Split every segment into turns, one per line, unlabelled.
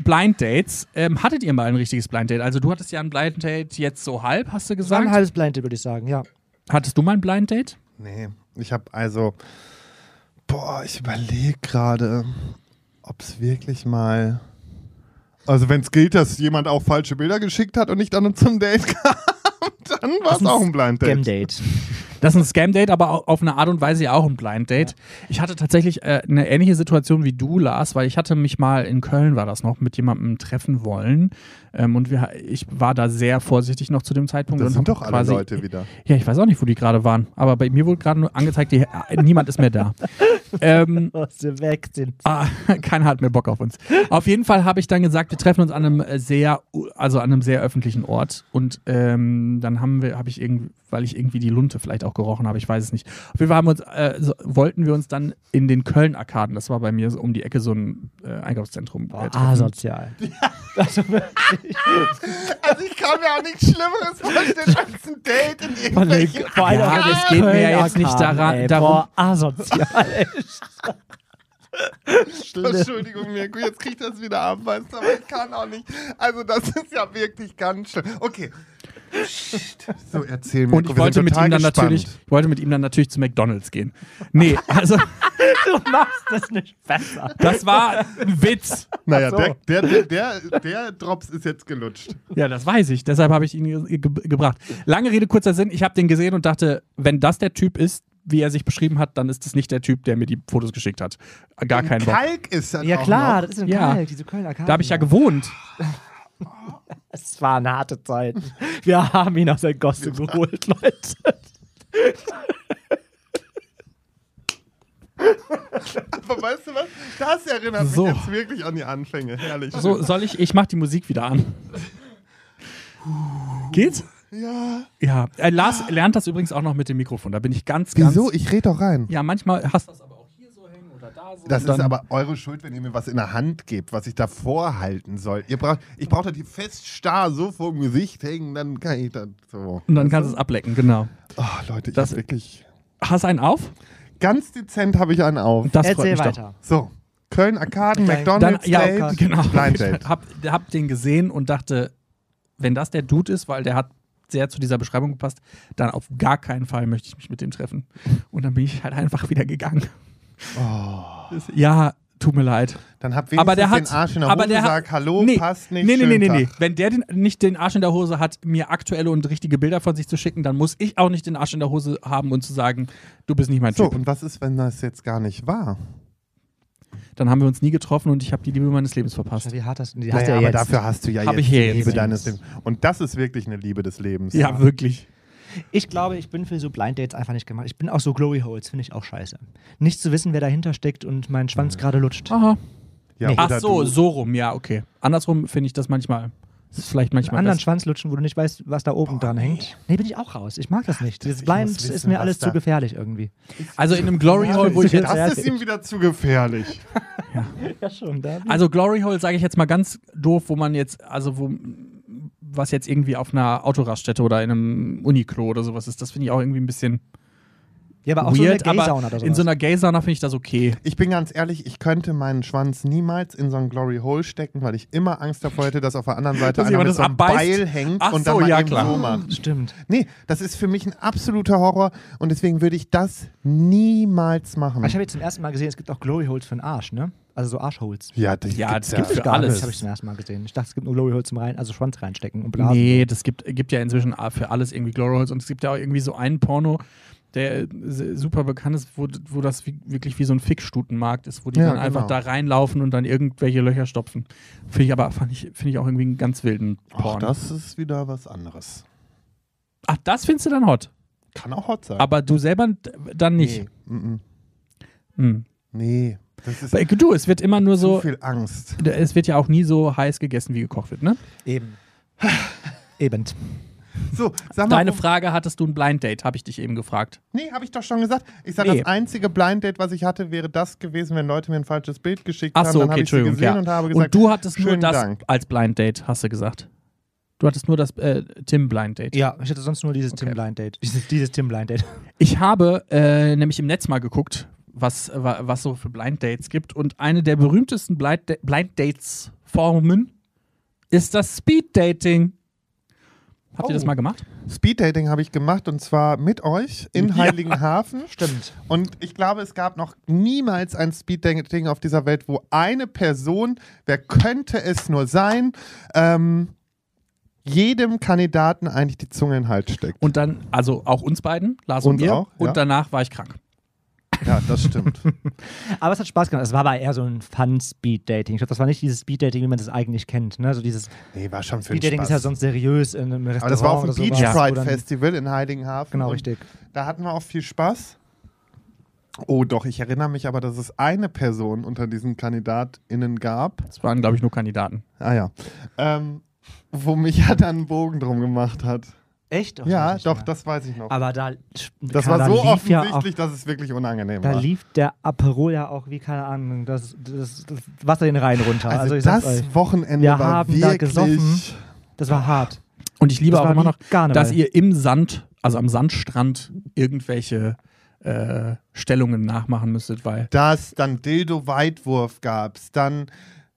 Blind Dates. Ähm, hattet ihr mal ein richtiges Blind Date? Also du hattest ja ein Blind Date jetzt so halb, hast du
Das war ein
gesagt?
halbes Blind Date, würde ich sagen, ja.
Hattest du mal ein Blind Date?
Nee, ich habe also. Boah, ich überlege gerade, ob es wirklich mal. Also, wenn es gilt, dass jemand auch falsche Bilder geschickt hat und nicht dann zum Date kam, dann war es
ein
auch ein Blind Date.
Game Date.
Das ist ein Scam-Date, aber au- auf eine Art und Weise ja auch ein Blind-Date. Ich hatte tatsächlich äh, eine ähnliche Situation wie du, Lars, weil ich hatte mich mal in Köln, war das noch, mit jemandem treffen wollen. Ähm, und wir, ich war da sehr vorsichtig noch zu dem Zeitpunkt.
Das
und
sind
hab
doch alle
quasi-
Leute wieder.
Ja, ich weiß auch nicht, wo die gerade waren. Aber bei mir wurde gerade nur angezeigt, die, äh, niemand ist mehr da. ähm,
Was sie weg sind.
Ah, keiner hat mehr Bock auf uns. Auf jeden Fall habe ich dann gesagt, wir treffen uns an einem äh, sehr, also an einem sehr öffentlichen Ort. Und ähm, dann haben wir, habe ich irgendwie, weil ich irgendwie die Lunte vielleicht auch gerochen habe, ich weiß es nicht. Auf jeden Fall haben wir uns, äh, so, wollten wir uns dann in den Köln-Arkaden, das war bei mir so um die Ecke so ein äh, Einkaufszentrum. äh, treffen.
Asozial.
Also, ich kann mir auch nichts Schlimmeres vorstellen als ein Date in
Vor allem-
irgendwelchen.
vor allem
Ja,
auch in
das geht mir ja
Kölner
jetzt nicht
Kahn,
daran-
ey.
darum-
Boah, asozial.
Entschuldigung, Mirko, jetzt krieg ich das wieder ab, weißt du, aber ich kann auch nicht. Also, das ist ja wirklich ganz schön. Okay. So, erzähl mir.
Und ich wollte mit ihm dann natürlich, ich wollte mit ihm dann natürlich zu McDonalds gehen. Nee, also
Du machst das nicht besser.
das war ein Witz.
Ach
Naja,
so.
der, der, der, der, der Drops ist jetzt gelutscht.
Ja, das weiß ich. Deshalb habe ich ihn ge ge gebracht. Lange Rede, kurzer Sinn. Ich habe den gesehen und dachte, wenn das der Typ ist, wie er sich beschrieben hat, dann ist es nicht der Typ, der mir die Fotos geschickt hat. Gar kein Bock.
Kalk ist dann
Ja
auch
klar,
Noch.
das ist ein
Ja.
Kalk, diese Kölner Kahn.
Da habe ich ja gewohnt.
Es war eine harte Zeit. Wir haben ihn aus der Gosse geholt, Leute.
Aber weißt du was? Das erinnert
So.
mich jetzt wirklich an die Anfänge. Herrlich.
So soll ich, ich mache die Musik wieder an. Geht's?
Ja.
Ja. Äh, Lars lernt das übrigens auch noch mit dem Mikrofon. Da bin ich ganz, ganz.
Wieso? Ich rede doch rein.
Ja, manchmal hast du das aber auch hier so hängen oder da so.
Das
Und dann-
ist aber eure Schuld, wenn ihr mir was in der Hand gebt, was ich da vorhalten soll. Ihr braucht, ich brauche das hier fest starr so vor dem Gesicht hängen, dann kann ich das so.
Und dann kannst du es ablecken, genau.
Oh, Leute, ich
Das-
hab wirklich.
Hast einen auf?
Ganz dezent habe ich einen auf.
Das freut
Erzähl
mich doch.
weiter.
So, Köln, Arkaden,
dann,
Dann-
McDonalds,
ja,
Date,
genau.
oh Blind Date.
Hab, hab den gesehen und dachte, wenn das der Dude ist, weil der hat sehr zu dieser Beschreibung gepasst, dann auf gar keinen Fall möchte ich mich mit dem treffen. Und dann bin ich halt einfach wieder gegangen. Das- Ja, tut mir leid.
Dann hab
aber der hat,
Oh. den Arsch in der
aber
Hose,
der hat,
sag Hallo,
nee,
passt nicht,
Nee, nee, nee,
schönen
nee,
Tag.
nee. Wenn der den, nicht den Arsch in der Hose hat, mir aktuelle und richtige Bilder von sich zu schicken, dann muss ich auch nicht den Arsch in der Hose haben und zu sagen, du bist nicht mein
So,
Typ.
und was ist, wenn das jetzt gar nicht war?
Dann haben wir uns nie getroffen und ich habe die Liebe meines Lebens verpasst.
Wie hart das denn? Die
Naja,
hast du ja
aber
jetzt.
dafür hast du ja
Hab
jetzt
ich hier
die
jetzt.
Liebe deines Lebens. Und das ist wirklich eine Liebe des Lebens.
Ja, wirklich.
Ich glaube, ich bin für so Blind Dates einfach nicht gemacht. Ich bin auch so Glory Holes, finde ich auch scheiße. Nicht zu wissen, wer dahinter steckt und mein
Mhm.
Schwanz gerade lutscht.
Aha.
Ja,
Nee.
Ach
oder
so,
du-
so rum, ja, okay. Andersrum finde ich das manchmal. Das ist vielleicht
Einen
manchmal.
anderen
besser.
Schwanz lutschen, wo du nicht weißt, was da oben dran hängt. Nee, bin ich auch raus. Ich mag das nicht. Dieses
ich
Blind
muss wissen,
ist mir
was
alles
da-
zu gefährlich irgendwie.
Also in einem Glory Hole, wo ich jetzt.
Das ist ihm wieder zu gefährlich.
Ja, schon. Da
Also Glory Hole sage ich jetzt mal ganz doof, wo man jetzt, also wo was jetzt irgendwie auf einer Autoraststätte oder in einem Uniklo oder sowas ist, das finde ich auch irgendwie ein bisschen
ja, aber auch
weird,
so eine Gay-Sauna
aber
oder
in so
sowas.
einer Gay Sauna finde ich das okay.
Ich bin ganz ehrlich, ich könnte meinen Schwanz niemals in so ein Glory Hole stecken, weil ich immer Angst davor hätte, dass auf der anderen Seite
Dass
einer
jemand
mit
das
so einem
abbeißt?
Beil hängt
Ach
und
so,
dann mal
ja,
eben
klar.
so macht.
Stimmt.
Nee, das ist für mich ein absoluter Horror und deswegen würde ich das niemals machen.
Aber ich habe jetzt zum ersten Mal gesehen, es gibt auch Glory Holes für den Arsch, ne? Also so Arschholes.
ja, das,
Ja,
gibt's
das gibt's für
gar
alles.
Das habe ich zum ersten Mal gesehen. Ich dachte, es gibt nur Glory Holes zum rein, also Schwanz reinstecken und blasen.
ne?
Nee, das gibt, gibt ja inzwischen für alles irgendwie Glory Holes und es gibt ja auch irgendwie so einen Porno, der äh, super bekannt ist, wo, wo das wie, wirklich wie so ein Fickstutenmarkt ist, wo die
Ja,
dann einfach
genau.
da reinlaufen und dann irgendwelche Löcher stopfen. Finde ich aber fand ich, finde ich auch irgendwie einen ganz wilden
Ach,
Porn.
das ist wieder was anderes.
Ach, das findest du dann hot.
Kann auch hot sein.
Aber du selber d- dann nicht.
nee, mm, mm.
Hm.
nee, das ist
Aber Du, es wird immer nur
so
so.
viel Angst.
Es wird ja auch nie so heiß gegessen, wie gekocht wird, ne?
Eben. Eben.
So, sag mal,
Deine
wo-
Frage, hattest du ein Blind Date, habe ich dich eben gefragt.
Nee, habe ich doch schon gesagt. Ich sage,
Nee.
das einzige Blind Date, was ich hatte, wäre das gewesen, wenn Leute mir ein falsches Bild geschickt
Ach
haben.
so,
dann
okay,
habe ich sie
Entschuldigung.
gesehen
ja.
und habe gesagt,
du hattest nur
schönen
das
Dank.
als Blind Date, hast du gesagt. Du hattest nur das äh, Tim Blind Date.
Ja, ich hatte sonst nur dieses
Okay.
Tim Blind Date. Dieses, dieses Tim Blind Date.
Ich habe äh, nämlich im Netz mal geguckt, was, wa- was so für Blind Dates gibt. Und eine der berühmtesten Blind, Da- Blind Dates Formen ist das Speed Dating. Habt ihr
Oh.
das mal gemacht?
Speeddating habe ich gemacht und zwar mit euch in Heiligenhafen.
Stimmt.
Und ich glaube, es gab noch niemals ein Speeddating auf dieser Welt, wo eine Person, wer könnte es nur sein, ähm, jedem Kandidaten eigentlich die Zunge in den Hals steckt.
Und dann, also auch uns beiden, Lars
Uns
und mir.
auch, ja.
Und danach war ich krank.
Ja, das stimmt.
Aber es hat Spaß gemacht. Es war aber eher so ein Fun-Speed-Dating. Ich glaube, das war nicht dieses Speed-Dating, wie man das eigentlich kennt. Ne? So dieses
Nee, war schon für den
Speed-Dating
Spaß.
ist ja sonst seriös in einem Restaurant
Aber das war auf
oder
dem
sowas,
Beach
wo
Pride
dann-
Festival in Heiligenhafen.
Genau,
Und
richtig.
Da hatten wir auch viel Spaß. Oh doch, ich erinnere mich aber, dass es eine Person unter diesen KandidatInnen gab.
Das waren, glaube ich, nur Kandidaten.
Ah ja. Ähm, wo mich ja dann einen Bogen drum gemacht hat.
Echt? Doch,
ja,
weiß ich
doch,
nicht mehr.
das weiß ich noch.
Aber da,
das
kann-
war
da
so
lief ja auch,
offensichtlich, dass es wirklich unangenehm
Da
war.
lief der Aperol ja auch wie, keine Ahnung, das, das, das Wasser den Rhein runter.
also
Also, ich sag's euch,
das Wochenende
wir
war
haben da
wirklich.
gesoffen. das war hart.
Und ich liebe
Das
auch
war
immer
wie
noch,
Karneval.
dass ihr im Sand, also am Sandstrand, irgendwelche äh, Stellungen nachmachen müsstet, weil
das, dann Dildo-Weitwurf gab's, dann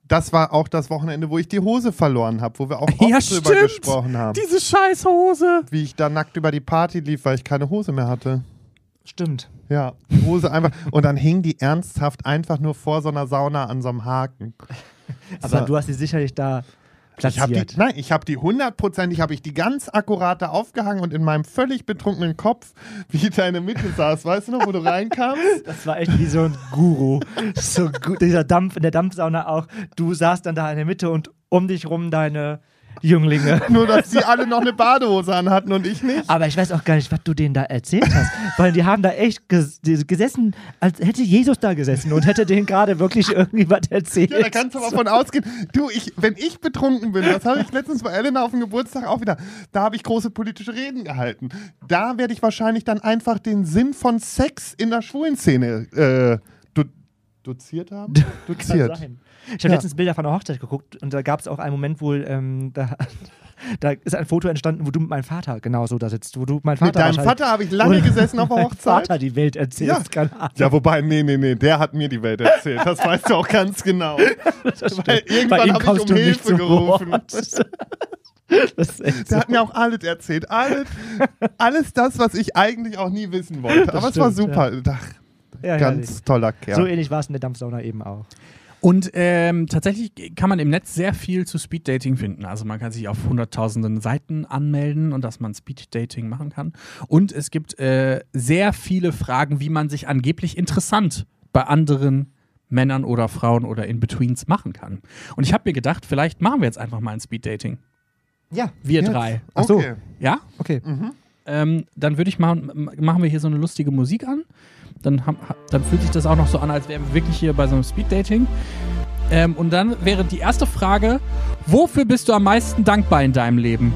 das war auch das Wochenende, wo ich die Hose verloren habe, wo wir auch oft
Ja,
drüber
stimmt.
gesprochen haben.
diese Scheißhose.
wie ich da nackt über die Party lief, weil ich keine Hose mehr hatte.
Stimmt.
Ja, die Hose einfach. Und dann hing die ernsthaft einfach nur vor so einer Sauna an so einem Haken.
Aber
So.
du hast sie sicherlich da
Ich hab die,
platziert.
nein, ich habe die hundertprozentig, habe ich die ganz akkurat da aufgehangen und in meinem völlig betrunkenen Kopf, wie deine Mitte saß, weißt du noch, wo du reinkamst?
Das war echt wie so ein Guru. So gu- dieser Dampf in der Dampfsauna auch. Du saßt dann da in der Mitte und um dich rum deine Jünglinge.
Nur, dass die alle noch eine Badehose anhatten und ich nicht.
Aber ich weiß auch gar nicht, was du denen da erzählt hast. Weil die haben da echt ges die- gesessen, als hätte Jesus da gesessen und hätte denen gerade wirklich irgendwie was erzählt.
Ja, da kannst du aber von ausgehen. Du, ich, wenn ich betrunken bin, das habe ich letztens bei Elena auf dem Geburtstag auch wieder, da habe ich große politische Reden gehalten. Da werde ich wahrscheinlich dann einfach den Sinn von Sex in der schwulen Szene äh, do doziert haben.
Kann
Doziert.
sein. Ich habe
Ja.
letztens Bilder von einer Hochzeit geguckt und da gab es auch einen Moment wohl, ähm, da, da ist ein Foto entstanden, wo du mit meinem Vater genauso da sitzt, wo du mein Vater
Mit deinem
wahrscheinlich-
Vater habe ich lange
Oder-
gesessen auf der
meinem
Hochzeit.
Vater die Welt erzählst.
Ja.
Keine Ahnung.
Ja, wobei, nee, nee, nee, der hat mir die Welt erzählt. Das weißt du auch ganz genau. Weil
Bei
irgendwann
ihm
habe ich
kommst
um
du nicht
Hilfe
zu
gerufen.
Wort. Das ist echt so.
Der hat mir auch alles erzählt. Alles, alles das, was ich eigentlich auch nie wissen wollte.
Das
Aber es war
stimmt,
super. Ach,
Ja, herrlich.
Ganz toller Kerl.
So ähnlich war es in der Dampfsauna eben auch.
Und ähm, tatsächlich kann man im Netz sehr viel zu Speeddating finden. Also man kann sich auf hunderttausenden Seiten anmelden und dass man Speeddating machen kann. Und es gibt äh, sehr viele Fragen, wie man sich angeblich interessant bei anderen Männern oder Frauen oder In-Betweens machen kann. Und ich habe mir gedacht, vielleicht machen wir jetzt einfach mal ein Speeddating.
Ja,
Wir
Jetzt?
drei.
Ach so.
Okay.
Ja?
okay.
Ähm, dann würde ich machen, m- machen wir hier so eine lustige Musik an. Dann, ham- ha- dann fühlt sich das auch noch so an, als wären wir wirklich hier bei so einem Speeddating. Ähm, und dann wäre die erste Frage: Wofür bist du am meisten dankbar in deinem Leben?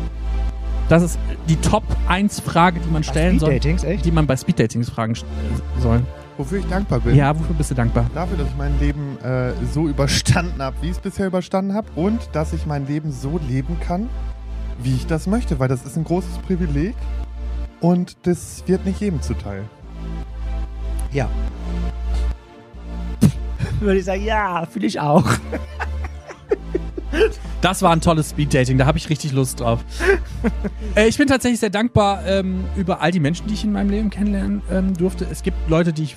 Das ist die Top 1 Frage, die man stellen soll,
Speed-Datings, echt?
die man bei Speeddatings fragen st- äh, soll.
Wofür ich dankbar bin.
Ja, wofür bist du dankbar?
Dafür, dass ich mein Leben äh, so überstanden habe, wie ich es bisher überstanden habe. Und dass ich mein Leben so leben kann, wie ich das möchte. Weil das ist ein großes Privileg. Und das wird nicht jedem zuteil.
Ja. Würde ich sagen, ja, fühle ich auch.
Das war ein tolles Speeddating, da habe ich richtig Lust drauf. äh, ich bin tatsächlich sehr dankbar ähm, über all die Menschen, die ich in meinem Leben kennenlernen ähm, durfte. Es gibt Leute, die ich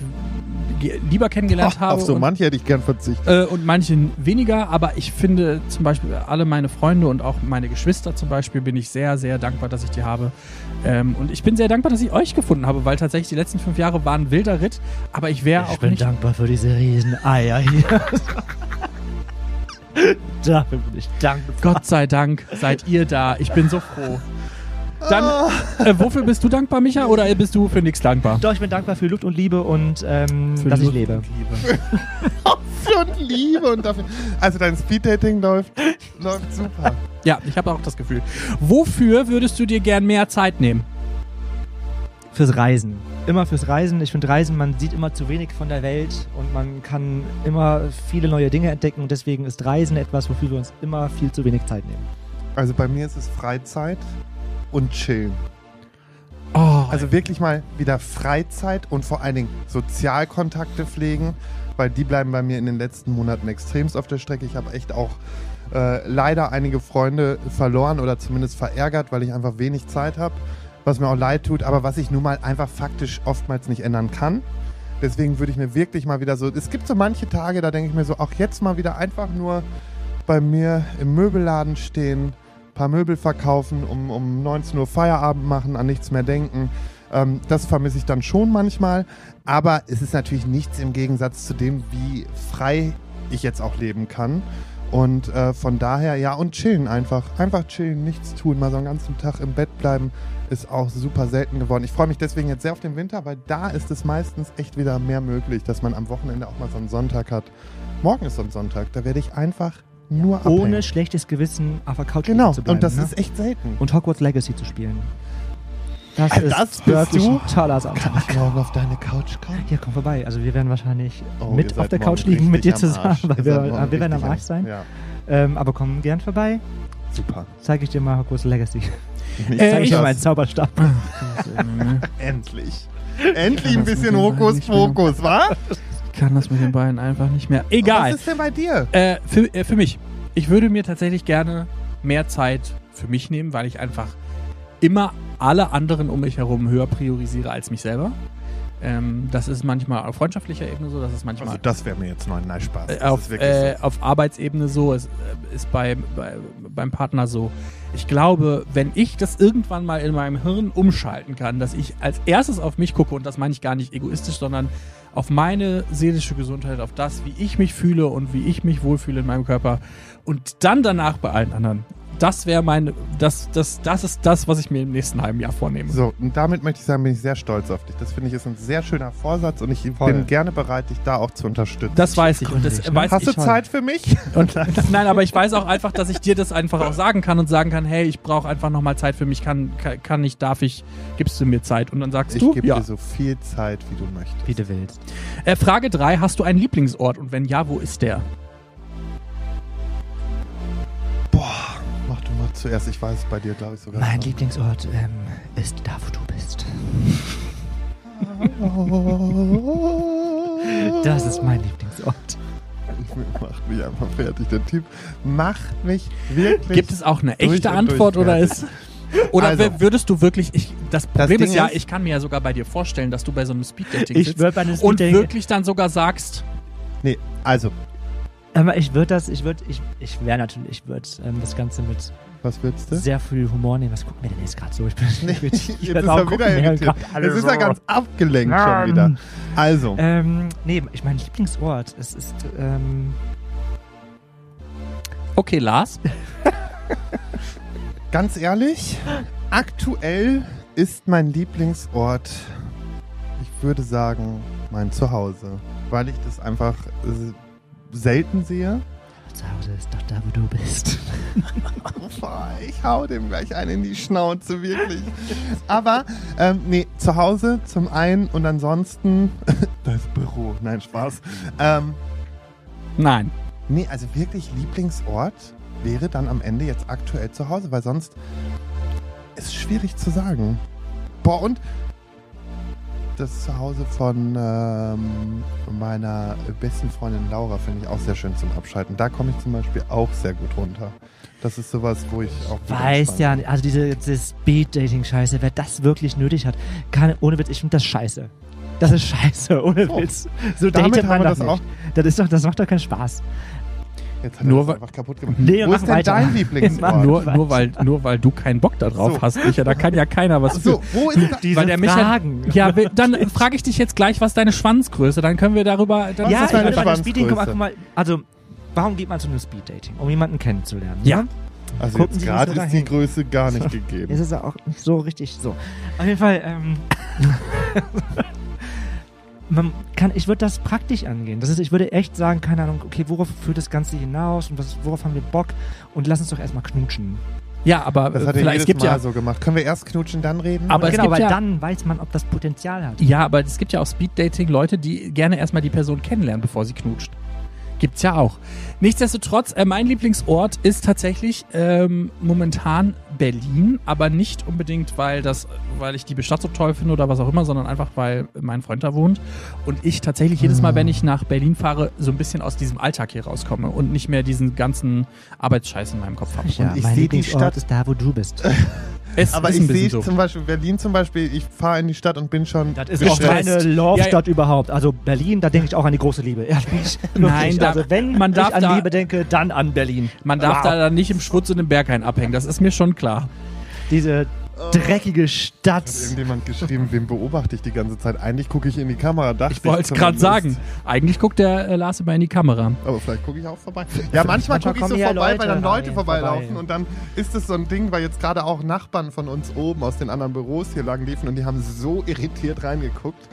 ge- lieber kennengelernt habe.
auf so
und-
manche hätte ich gern verzichtet.
äh, und manchen weniger, aber ich finde zum Beispiel alle meine Freunde und auch meine Geschwister zum Beispiel bin ich sehr, sehr dankbar, dass ich die habe. Ähm, und ich bin sehr dankbar, dass ich euch gefunden habe, weil tatsächlich die letzten fünf Jahre waren ein wilder Ritt, aber ich wäre
ich
auch
bin
nicht.
dankbar für diese Rieseneier hier. Dafür bin ich dankbar.
Gott sei Dank seid ihr da. Ich bin so froh. Dann, äh, wofür bist du dankbar, Micha, oder bist du für nichts dankbar?
Doch, ich bin dankbar für Luft und Liebe und ähm,
Für
dass ich
Luft
lebe.
und Liebe.
Und Liebe und dafür. Also dein Speeddating läuft, läuft super.
Ja, ich habe auch das Gefühl. Wofür würdest du dir gern mehr Zeit nehmen?
Fürs Reisen. Immer fürs Reisen. Ich finde Reisen, man sieht immer zu wenig von der Welt und man kann immer viele neue Dinge entdecken. Und deswegen ist Reisen etwas, wofür wir uns immer viel zu wenig Zeit nehmen.
Also bei mir ist es Freizeit und Chillen.
Oh,
Also wirklich mal wieder Freizeit und vor allen Dingen Sozialkontakte pflegen, weil die bleiben bei mir in den letzten Monaten extremst auf der Strecke. Ich habe echt auch äh, leider einige Freunde verloren oder zumindest verärgert, weil ich einfach wenig Zeit habe, was mir auch leid tut, aber was ich nun mal einfach faktisch oftmals nicht ändern kann. Deswegen würde ich mir wirklich mal wieder so, es gibt so manche Tage, da denke ich mir so, auch jetzt mal wieder einfach nur bei mir im Möbelladen stehen, paar Möbel verkaufen, um, um 19 Uhr Feierabend machen, an nichts mehr denken. Ähm, das vermisse ich dann schon manchmal. Aber es ist natürlich nichts im Gegensatz zu dem, wie frei ich jetzt auch leben kann. Und äh, von daher, ja, und chillen einfach. Einfach chillen, nichts tun, mal so einen ganzen Tag im Bett bleiben, ist auch super selten geworden. Ich freue mich deswegen jetzt sehr auf den Winter, weil da ist es meistens echt wieder mehr möglich, dass man am Wochenende auch mal so einen Sonntag hat. Morgen ist so ein Sonntag, da werde ich einfach nur abhängen.
Ohne schlechtes Gewissen auf der Couch
Genau,
zu bleiben.
und das
ne?
ist echt selten.
und Hogwarts Legacy zu spielen. Das ist
das bist
wirklich
du?
ein toller Samstag.
ich morgen auf deine Couch kommen?
Ja, komm vorbei. Also wir werden wahrscheinlich
Oh, ihr
mit auf
seid
der
morgen
Couch liegen mit dir
richtig am
zusammen,
Arsch.
weil
Ihr
wir,
seid morgen
äh, wir werden am
richtig
Arsch sein.
Ja,
Ähm, aber komm gern vorbei,
super.
zeige ich dir mal Hogwarts Legacy.
Ich
Äh,
zeige
ich-
ich dir meinen Zauberstab.
äh,
endlich. Endlich ein
das mit
bisschen
dem
Hokus
nicht mehr.
Pokus, wa?
ich kann das mit den Beinen einfach nicht mehr. Egal.
Was ist denn bei dir?
Äh, für, äh, für mich. Ich würde mir tatsächlich gerne mehr Zeit für mich nehmen, weil ich einfach immer alle anderen um mich herum höher priorisiere als mich selber. Ähm, das ist manchmal auf freundschaftlicher Ebene so, das ist manchmal
Also das wäre mir jetzt neu, nein, Spaß.
äh,
Das
auf,
ist wirklich
äh, auf Arbeitsebene so, es äh, ist bei, bei, beim Partner so. Ich glaube, wenn ich das irgendwann mal in meinem Hirn umschalten kann, dass ich als erstes auf mich gucke, und das meine ich gar nicht egoistisch, sondern auf meine seelische Gesundheit, auf das, wie ich mich fühle und wie ich mich wohlfühle in meinem Körper und dann danach bei allen anderen. Das wäre mein, das, das, das ist das, was ich mir im nächsten halben Jahr vornehme.
so. so, und damit möchte ich sagen, bin ich sehr stolz auf dich. Das finde ich ist ein sehr schöner Vorsatz und ich
Voll.
bin gerne bereit, dich da auch zu unterstützen.
Das weiß ich und das
Gründlich, ne?
weiß
Hast
ich
du Zeit für mich?
Und, nein, aber ich weiß auch einfach, dass ich dir das einfach auch sagen kann und sagen kann, hey, ich brauche einfach nochmal Zeit für mich, kann, kann, kann ich, darf ich, gibst du mir Zeit? Und dann sagst
Ich
du,
gebe
ja.
dir so viel Zeit, wie du möchtest.
Wie du willst.
Äh, Frage drei: hast du einen Lieblingsort? Und wenn ja, wo ist der?
Boah, mach du mal zuerst. Ich weiß es bei dir, glaube ich, sogar.
Mein Lieblingsort ähm, ist da, wo du bist. Das ist mein Lieblingsort.
Macht mich einfach fertig, der Typ. Macht mich wirklich.
Gibt es auch eine
durch
echte
und
Antwort
durch
oder
fertig.
ist... Oder
Also.
wür- würdest du wirklich, ich, das Problem
Ding
ist ja,
ist-
ich kann mir ja sogar bei dir vorstellen, dass du bei so einem Speed-Dating
Ich
sitzt
würde meines
und wirklich dann sogar sagst,
Nee, also,
Aber ich würde das, ich würde, ich, ich wäre natürlich, ich würde ähm, das Ganze mit
was willst du?
sehr viel Humor nehmen. Was gucken wir denn jetzt gerade so? Ich bin
Hm? Nee,
ich würd-
jetzt
ich
ist
würd auch
er
gucken,
wieder
wer
irritiert.
grad alle
Jetzt ist er
so-
ganz abgelenkt schon
Mann.
wieder. Also,
Ähm, nee, ich mein Lieblingsort, es ist, ähm,
okay, Lars,
ganz ehrlich, aktuell ist mein Lieblingsort, ich würde sagen, mein Zuhause. Weil ich das einfach äh, selten sehe.
zu Hause ist doch da, wo du bist.
Boah, ich hau dem gleich einen in die Schnauze, wirklich. Aber, ähm, nee, zu Hause zum einen und ansonsten das Büro. Nein, Spaß. Ähm,
nein.
nee, also wirklich Lieblingsort wäre dann am Ende jetzt aktuell zu Hause, weil sonst ist schwierig zu sagen. Boah, und das Zuhause von ähm, meiner besten Freundin Laura finde ich auch sehr schön zum Abschalten. Da komme ich zum Beispiel auch sehr gut runter. Das ist sowas, wo ich auch gut
Weiß
entspanne.
ja, nicht. also diese, diese Speed-Dating-Scheiße, wer das wirklich nötig hat, kann, ohne Witz, ich finde das scheiße. Das ist scheiße, ohne
So.
Witz. So
Oh. Damit
datet
haben
man
wir
das
das
nicht. Das, ist doch, das macht doch keinen Spaß.
Jetzt hat
Nur
er
wa- Mhm.
das einfach kaputt gemacht.
Nee, wir
Wo ist
machen
denn
weiter.
dein
machen-
Lieblingsort?
Nur, nur, weil, nur weil du keinen Bock darauf
Oh, So.
hast, Micha, da kann ja keiner was für.
so, wo ist da,
Diese
Weil der Michael-
Fragen.
Ja, wir- dann frage ich dich jetzt gleich, was deine Schwanzgröße, dann können wir darüber. Dann
Was
ja
ist
ich
deine
würde bei einem Speed-Dating, guck mal,
Schwanzgröße?
guck mal, also, warum geht man zu einem Speed-Dating? Um jemanden kennenzulernen.
Ja.
Ne?
Also
Gucken
jetzt
Sie
gerade
sich sogar
ist die
hin.
Größe gar nicht
Es
gegeben.
ist ja auch nicht so richtig so. Auf jeden Fall, ähm. Man kann, ich würde das praktisch angehen. Das ist, ich würde echt sagen, keine Ahnung, okay, worauf führt das Ganze hinaus und was, worauf haben wir Bock? Und lass uns doch erstmal knutschen.
Ja, aber
Das
äh,
hat er
vielleicht
jedes
es gibt
Mal
ja.
so gemacht. Können wir erst knutschen, dann reden?
Aber es
genau,
gibt
weil
ja-
dann weiß man, ob das Potenzial hat.
Ja, aber es gibt ja auch Speed-Dating Leute, die gerne erstmal die Person kennenlernen, bevor sie knutscht. Gibt's ja auch. Nichtsdestotrotz, äh, mein Lieblingsort ist tatsächlich ähm, momentan Berlin, aber nicht unbedingt, weil, das, weil ich die Stadt so toll finde oder was auch immer, sondern einfach, weil mein Freund da wohnt. Und ich tatsächlich jedes Mal, wenn ich nach Berlin fahre, so ein bisschen aus diesem Alltag hier rauskomme und nicht mehr diesen ganzen Arbeitsscheiß in meinem Kopf habe.
Ja, ich mein seh die Lieblingsort Stadt-
ist da, wo du bist.
Es
Aber
ist
ich
ein bisschen
sehe
so.
zum Beispiel, Berlin zum Beispiel, ich fahre in die Stadt und bin schon.
Das ist
Gestresst.
auch meine Love-Stadt überhaupt. Also Berlin, da denke ich auch an die große Liebe. Ehrlich.
Nein, da-
also wenn
man darf
ich an
da-
Liebe denke, dann an Berlin.
Man darf
Wow.
da dann nicht im Schwutz und im Berghain abhängen, das ist mir schon klar.
diese dreckige Stadt.
Hat
Äh,
irgendjemand geschrieben, wen beobachte ich die ganze Zeit? Eigentlich gucke ich in die Kamera. Dachte
Ich wollte es gerade sagen.
zumindest.
Eigentlich guckt der äh, Lars immer in die Kamera.
Aber vielleicht gucke ich auch vorbei. Ja, manchmal
Manchmal
gucke ich
kommen
so
hier
vorbei, weil
Leute
dann Leute
rein,
vorbeilaufen
vorbei.
und dann ist es so ein Ding, weil jetzt gerade auch Nachbarn von uns oben aus den anderen Büros hier lang liefen und die haben so irritiert reingeguckt.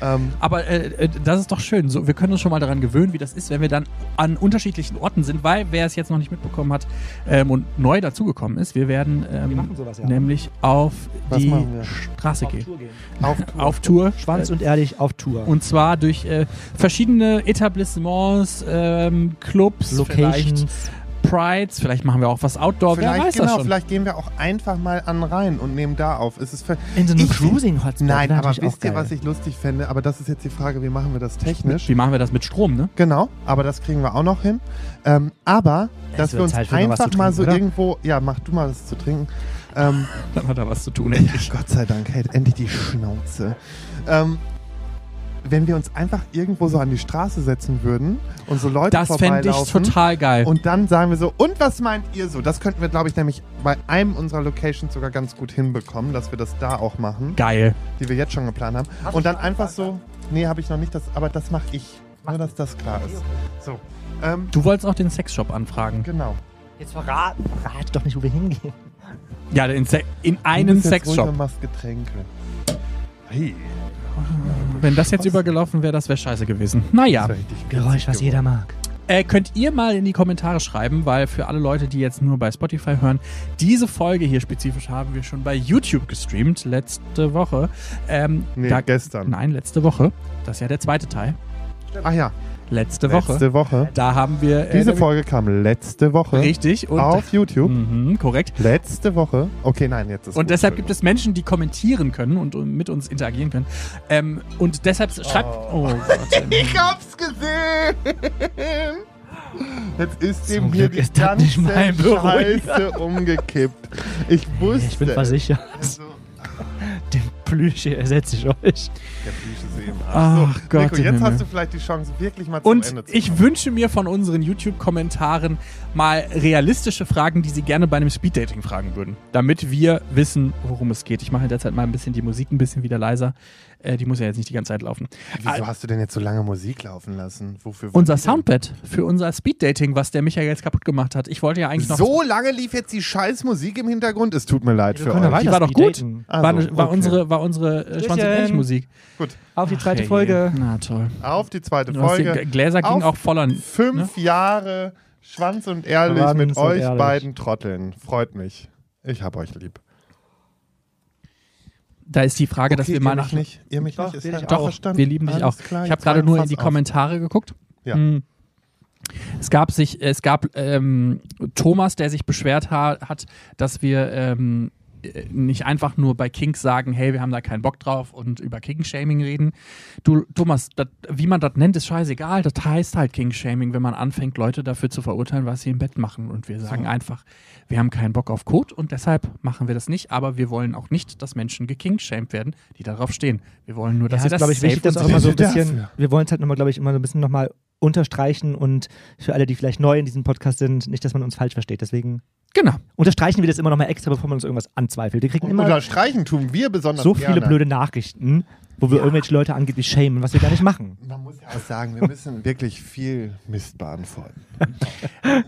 Ähm,
Aber äh, äh, das ist doch schön. So, wir können uns schon mal daran gewöhnen, wie das ist, wenn wir dann an unterschiedlichen Orten sind, weil wer es jetzt noch nicht mitbekommen hat ähm, und neu dazugekommen ist, wir werden ähm,
Wir machen sowas, ja.
nämlich auf
Was
die
machen wir?
Straße gehen.
auf,
Auf Tour.
Schwanz und ehrlich auf Tour.
Und zwar durch äh, verschiedene Etablissements, ähm, Clubs, vielleicht Prides, vielleicht machen wir auch was
Oh,
Outdoor, wer
vielleicht,
weiß
genau,
das schon.
vielleicht gehen wir auch einfach mal an rein und nehmen da auf. Es ist ver-
In so einem
Ich-
Cruising-Hotspot.
Nein,
wär
aber
natürlich auch
wisst ihr,
geil.
was ich lustig fände? Aber das ist jetzt die Frage, wie machen wir das technisch?
Wie machen wir das mit Strom, ne?
Genau, aber das kriegen wir auch noch hin. Ähm, aber,
Es
dass wir
wird
uns
Zeit für noch was
einfach
zu
mal
trinken,
so
oder?
irgendwo. Ja, mach du mal was zu trinken. Ähm,
Dann hat er was zu tun, endlich.
Gott sei Dank, hält endlich die Schnauze. Ähm, wenn wir uns einfach irgendwo so an die Straße setzen würden und so Leute
Das fände ich
vorbeilaufen
total geil.
und dann sagen wir so, und was meint ihr so? Das könnten wir, glaube ich, nämlich bei einem unserer Locations sogar ganz gut hinbekommen, dass wir das da auch machen,
geil.
die wir jetzt schon geplant haben. und dann einfach so, nee, habe ich noch nicht, das, aber das mache ich. Nur, dass das klar ist. So, ähm,
Du wolltest auch den Sexshop anfragen.
genau.
Jetzt verrat, verrat doch nicht, wo wir hingehen.
Ja, in, Se in
Du
einen
bist jetzt ruhig
Sexshop.
und machst Getränke. Hey,
Wenn das jetzt übergelaufen wäre, das wäre scheiße gewesen. Naja,
das wär richtig
Geräusch, was
geworden.
jeder mag.
äh, könnt ihr mal in die Kommentare schreiben, weil für alle Leute, die jetzt nur bei Spotify hören, diese Folge hier spezifisch haben wir schon bei YouTube gestreamt, letzte Woche. Ähm,
Nee,
da-
gestern.
Nein, letzte Woche. Das ist ja der zweite Teil.
Ach ja,
Letzte Woche.
Letzte Woche.
Da haben wir... äh,
Diese
nämlich-
Folge kam letzte Woche
Richtig. Und,
auf YouTube.
Mhm, korrekt.
Letzte Woche. Okay, nein, jetzt ist
Und
gut.
deshalb gibt es Menschen, die kommentieren können und, und mit uns interagieren können. Ähm, und deshalb schreibt. Oh, Gott. ähm,
Ich hab's gesehen! Jetzt ist
Zum
ihm hier
Glück
die
ist das
ganze
nicht mein Büro.
Scheiße umgekippt. Ich wusste.
Ich bin versichert,
Also,
den Plüsch hier ersetze ich euch.
der Plüsch ist eben.
Ach Gott.
Nico,
im
jetzt
Himmel.
hast du vielleicht die Chance, wirklich mal zum
und
Ende zu
ich
kommen.
wünsche mir von unseren YouTube-Kommentaren mal realistische Fragen, die sie gerne bei einem Speeddating fragen würden, damit wir wissen, worum es geht. Ich mache in der Zeit mal ein bisschen die Musik ein bisschen wieder leiser. Äh, die muss ja jetzt nicht die ganze Zeit laufen.
Wieso hast du denn jetzt so lange Musik laufen lassen? Wofür?
Unser
wollt ihr denn-
Soundpad für unser Speeddating, was der Michael jetzt kaputt gemacht hat. Ich wollte ja eigentlich noch
So lange lief jetzt die scheiß Musik im Hintergrund. Es tut mir leid für euch.
Die war doch gut.
Also,
war, eine- war
okay.
unsere war unsere äh, Schwanz und
Stößchen.
Ehrlich-Musik.
Gut.
Auf die zweite
Ach,
Folge.
herrje. Na toll.
Auf die zweite
Du hast die
Folge.
G- Gläser gingen
Auf
auch voll an.
Fünf
Ne?
Jahre Schwanz und ehrlich
Schwanz
mit
und
euch
ehrlich.
beiden Trotteln. Freut mich. Ich hab euch lieb.
Da ist die Frage, dass
Okay,
wir
ihr
mal
mich
nach.
nicht. Ihr mich
Doch,
nicht. Ist
wir dich
halt
Doch,
auch verstanden.
wir lieben dich
Alles
auch.
klar,
ich habe
jetzt
gerade
rein,
nur in
Fass
die
auf.
Kommentare geguckt.
Ja.
Hm. Es gab sich, es gab ähm, Thomas, der sich beschwert ha hat, dass wir ähm, äh, nicht einfach nur bei Kings sagen, hey, wir haben da keinen Bock drauf und über King-Shaming reden. Du, Thomas, dat, wie man das nennt, ist scheißegal. Das heißt halt King-Shaming, wenn man anfängt, Leute dafür zu verurteilen, was sie im Bett machen. Und wir sagen einfach, wir haben keinen Bock auf Code und deshalb machen wir das nicht. Aber wir wollen auch nicht, dass Menschen gekingshamed werden, die darauf stehen. Wir wollen nur, dass
Ja,
sie
ist,
das
glaube ich,
safe
wichtig, dass
und
auch immer so ein
Dafür.
bisschen, wir wollen es halt nochmal, glaube ich, immer so ein bisschen nochmal unterstreichen und für alle, die vielleicht neu in diesem Podcast sind, nicht, dass man uns falsch versteht. Deswegen
Genau.
unterstreichen wir das immer nochmal extra, bevor man uns irgendwas anzweifelt. Wir kriegen
Und
immer
Unterstreichen tun wir besonders
so viele
gerne.
blöde Nachrichten, wo wir irgendwelche Leute angeblich shamen, was wir gar nicht machen.
Man muss ja auch sagen, wir müssen wirklich viel Mist beantworten.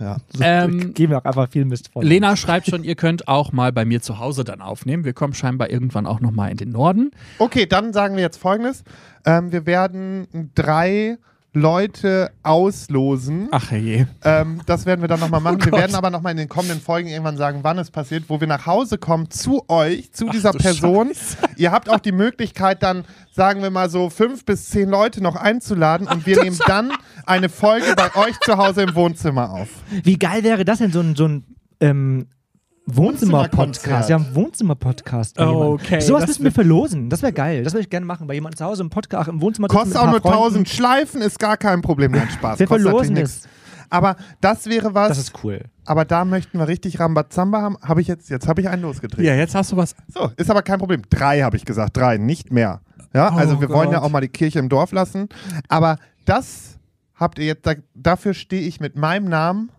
ja.
Ähm,
Geben wir auch einfach viel Mist vor.
Lena schreibt schon, ihr könnt auch mal bei mir zu Hause dann aufnehmen. Wir kommen scheinbar irgendwann auch nochmal in den Norden.
Okay, dann sagen wir jetzt folgendes. Ähm, wir werden drei Leute auslosen.
Ach herrje.
Ähm, das werden wir dann nochmal machen.
Oh
wir
Gott.
werden aber nochmal in den kommenden Folgen irgendwann sagen, wann es passiert, wo wir nach Hause kommen zu euch, zu
Ach,
dieser
du
Person. Ihr habt auch die Möglichkeit, dann, sagen wir mal so, fünf bis zehn Leute noch einzuladen und wir nehmen dann eine Folge bei euch zu Hause im Wohnzimmer auf.
Wie geil wäre das denn, so ein, so ein ähm, Wohnzimmer-Podcast.
Wohnzimmerkonzert.
Wir haben Wohnzimmer-Podcast. bei jemandem.
Okay,
Sowas
das
müssen wir
wird-
verlosen. Das wäre geil. Das würde ich gerne machen. Bei jemandem zu Hause im Podcast, im Wohnzimmer. sitzen
Kostet
mit
auch
ein
nur
paar Freunden.
1000 Schleifen, ist gar kein Problem. Nein, Spaß.
Wir
Kostet
verlosen
natürlich
es.
nix. Aber das wäre was,
Das ist cool.
aber da möchten wir richtig Rambazamba haben. Habe ich jetzt, jetzt habe ich einen losgetreten.
Ja, jetzt hast du was.
So, ist aber kein Problem. Drei habe ich gesagt, drei, nicht mehr. Ja,
Oh
also wir wollen ja
Gott.
auch mal die Kirche im Dorf lassen. Aber das habt ihr jetzt, da, dafür stehe ich mit meinem Namen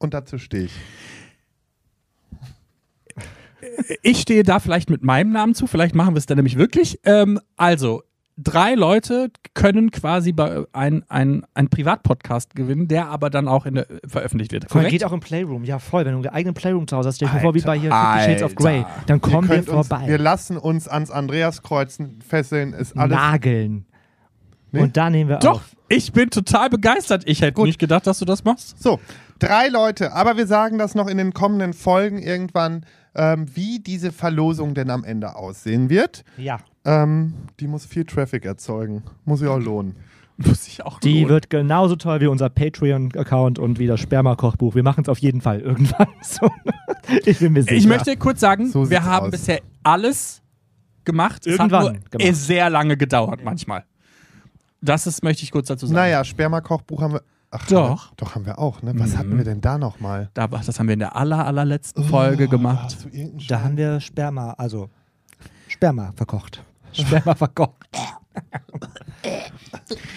und dazu stehe ich.
Ich stehe da vielleicht mit meinem Namen zu, vielleicht machen wir es dann nämlich wirklich. Ähm, also, drei Leute können quasi bei ein, ein, ein Privatpodcast gewinnen, der aber dann auch in der, äh, veröffentlicht wird.
Korrekt?
Korrekt?
Geht auch im Playroom. Ja, voll. Wenn du einen eigenen Playroom zu Hause hast, stell dir vor, wie bei hier
Alter,
Fifty Shades of Grey.
Alter.
Dann kommen
ihr
wir
könnt uns, wir
vorbei.
lassen uns ans Andreas kreuzen, fesseln, ist alles.
Nageln.
Nee.
Und da nehmen wir
Doch,
auf.
ich bin total begeistert. Ich hätte nicht gedacht, dass du das machst.
So, drei Leute, aber wir sagen das noch in den kommenden Folgen irgendwann, ähm, wie diese Verlosung denn am Ende aussehen wird.
Ja.
Ähm, die muss viel Traffic erzeugen. Muss sich auch lohnen.
Muss ich auch
Die
lohnen.
wird genauso toll wie unser Patreon-Account und wie das Sperma-Kochbuch. Wir machen es auf jeden Fall irgendwann. So. Ich bin mir sicher.
Ich möchte kurz sagen,
So
wir
sieht's
haben
aus.
bisher alles gemacht. es
Irgendwann
hat nur
gemacht.
sehr lange gedauert manchmal. Das ist, möchte ich kurz dazu sagen.
Naja, Sperma-Kochbuch haben wir. Ach,
Doch.
Haben wir, doch, haben wir auch, ne? Was
Mhm.
hatten wir denn da Oh, nochmal?
Da, ach, das haben wir in der aller, allerletzten
Oh,
Folge gemacht.
Da haben wir Sperma, also Sperma verkocht. Sperma verkocht.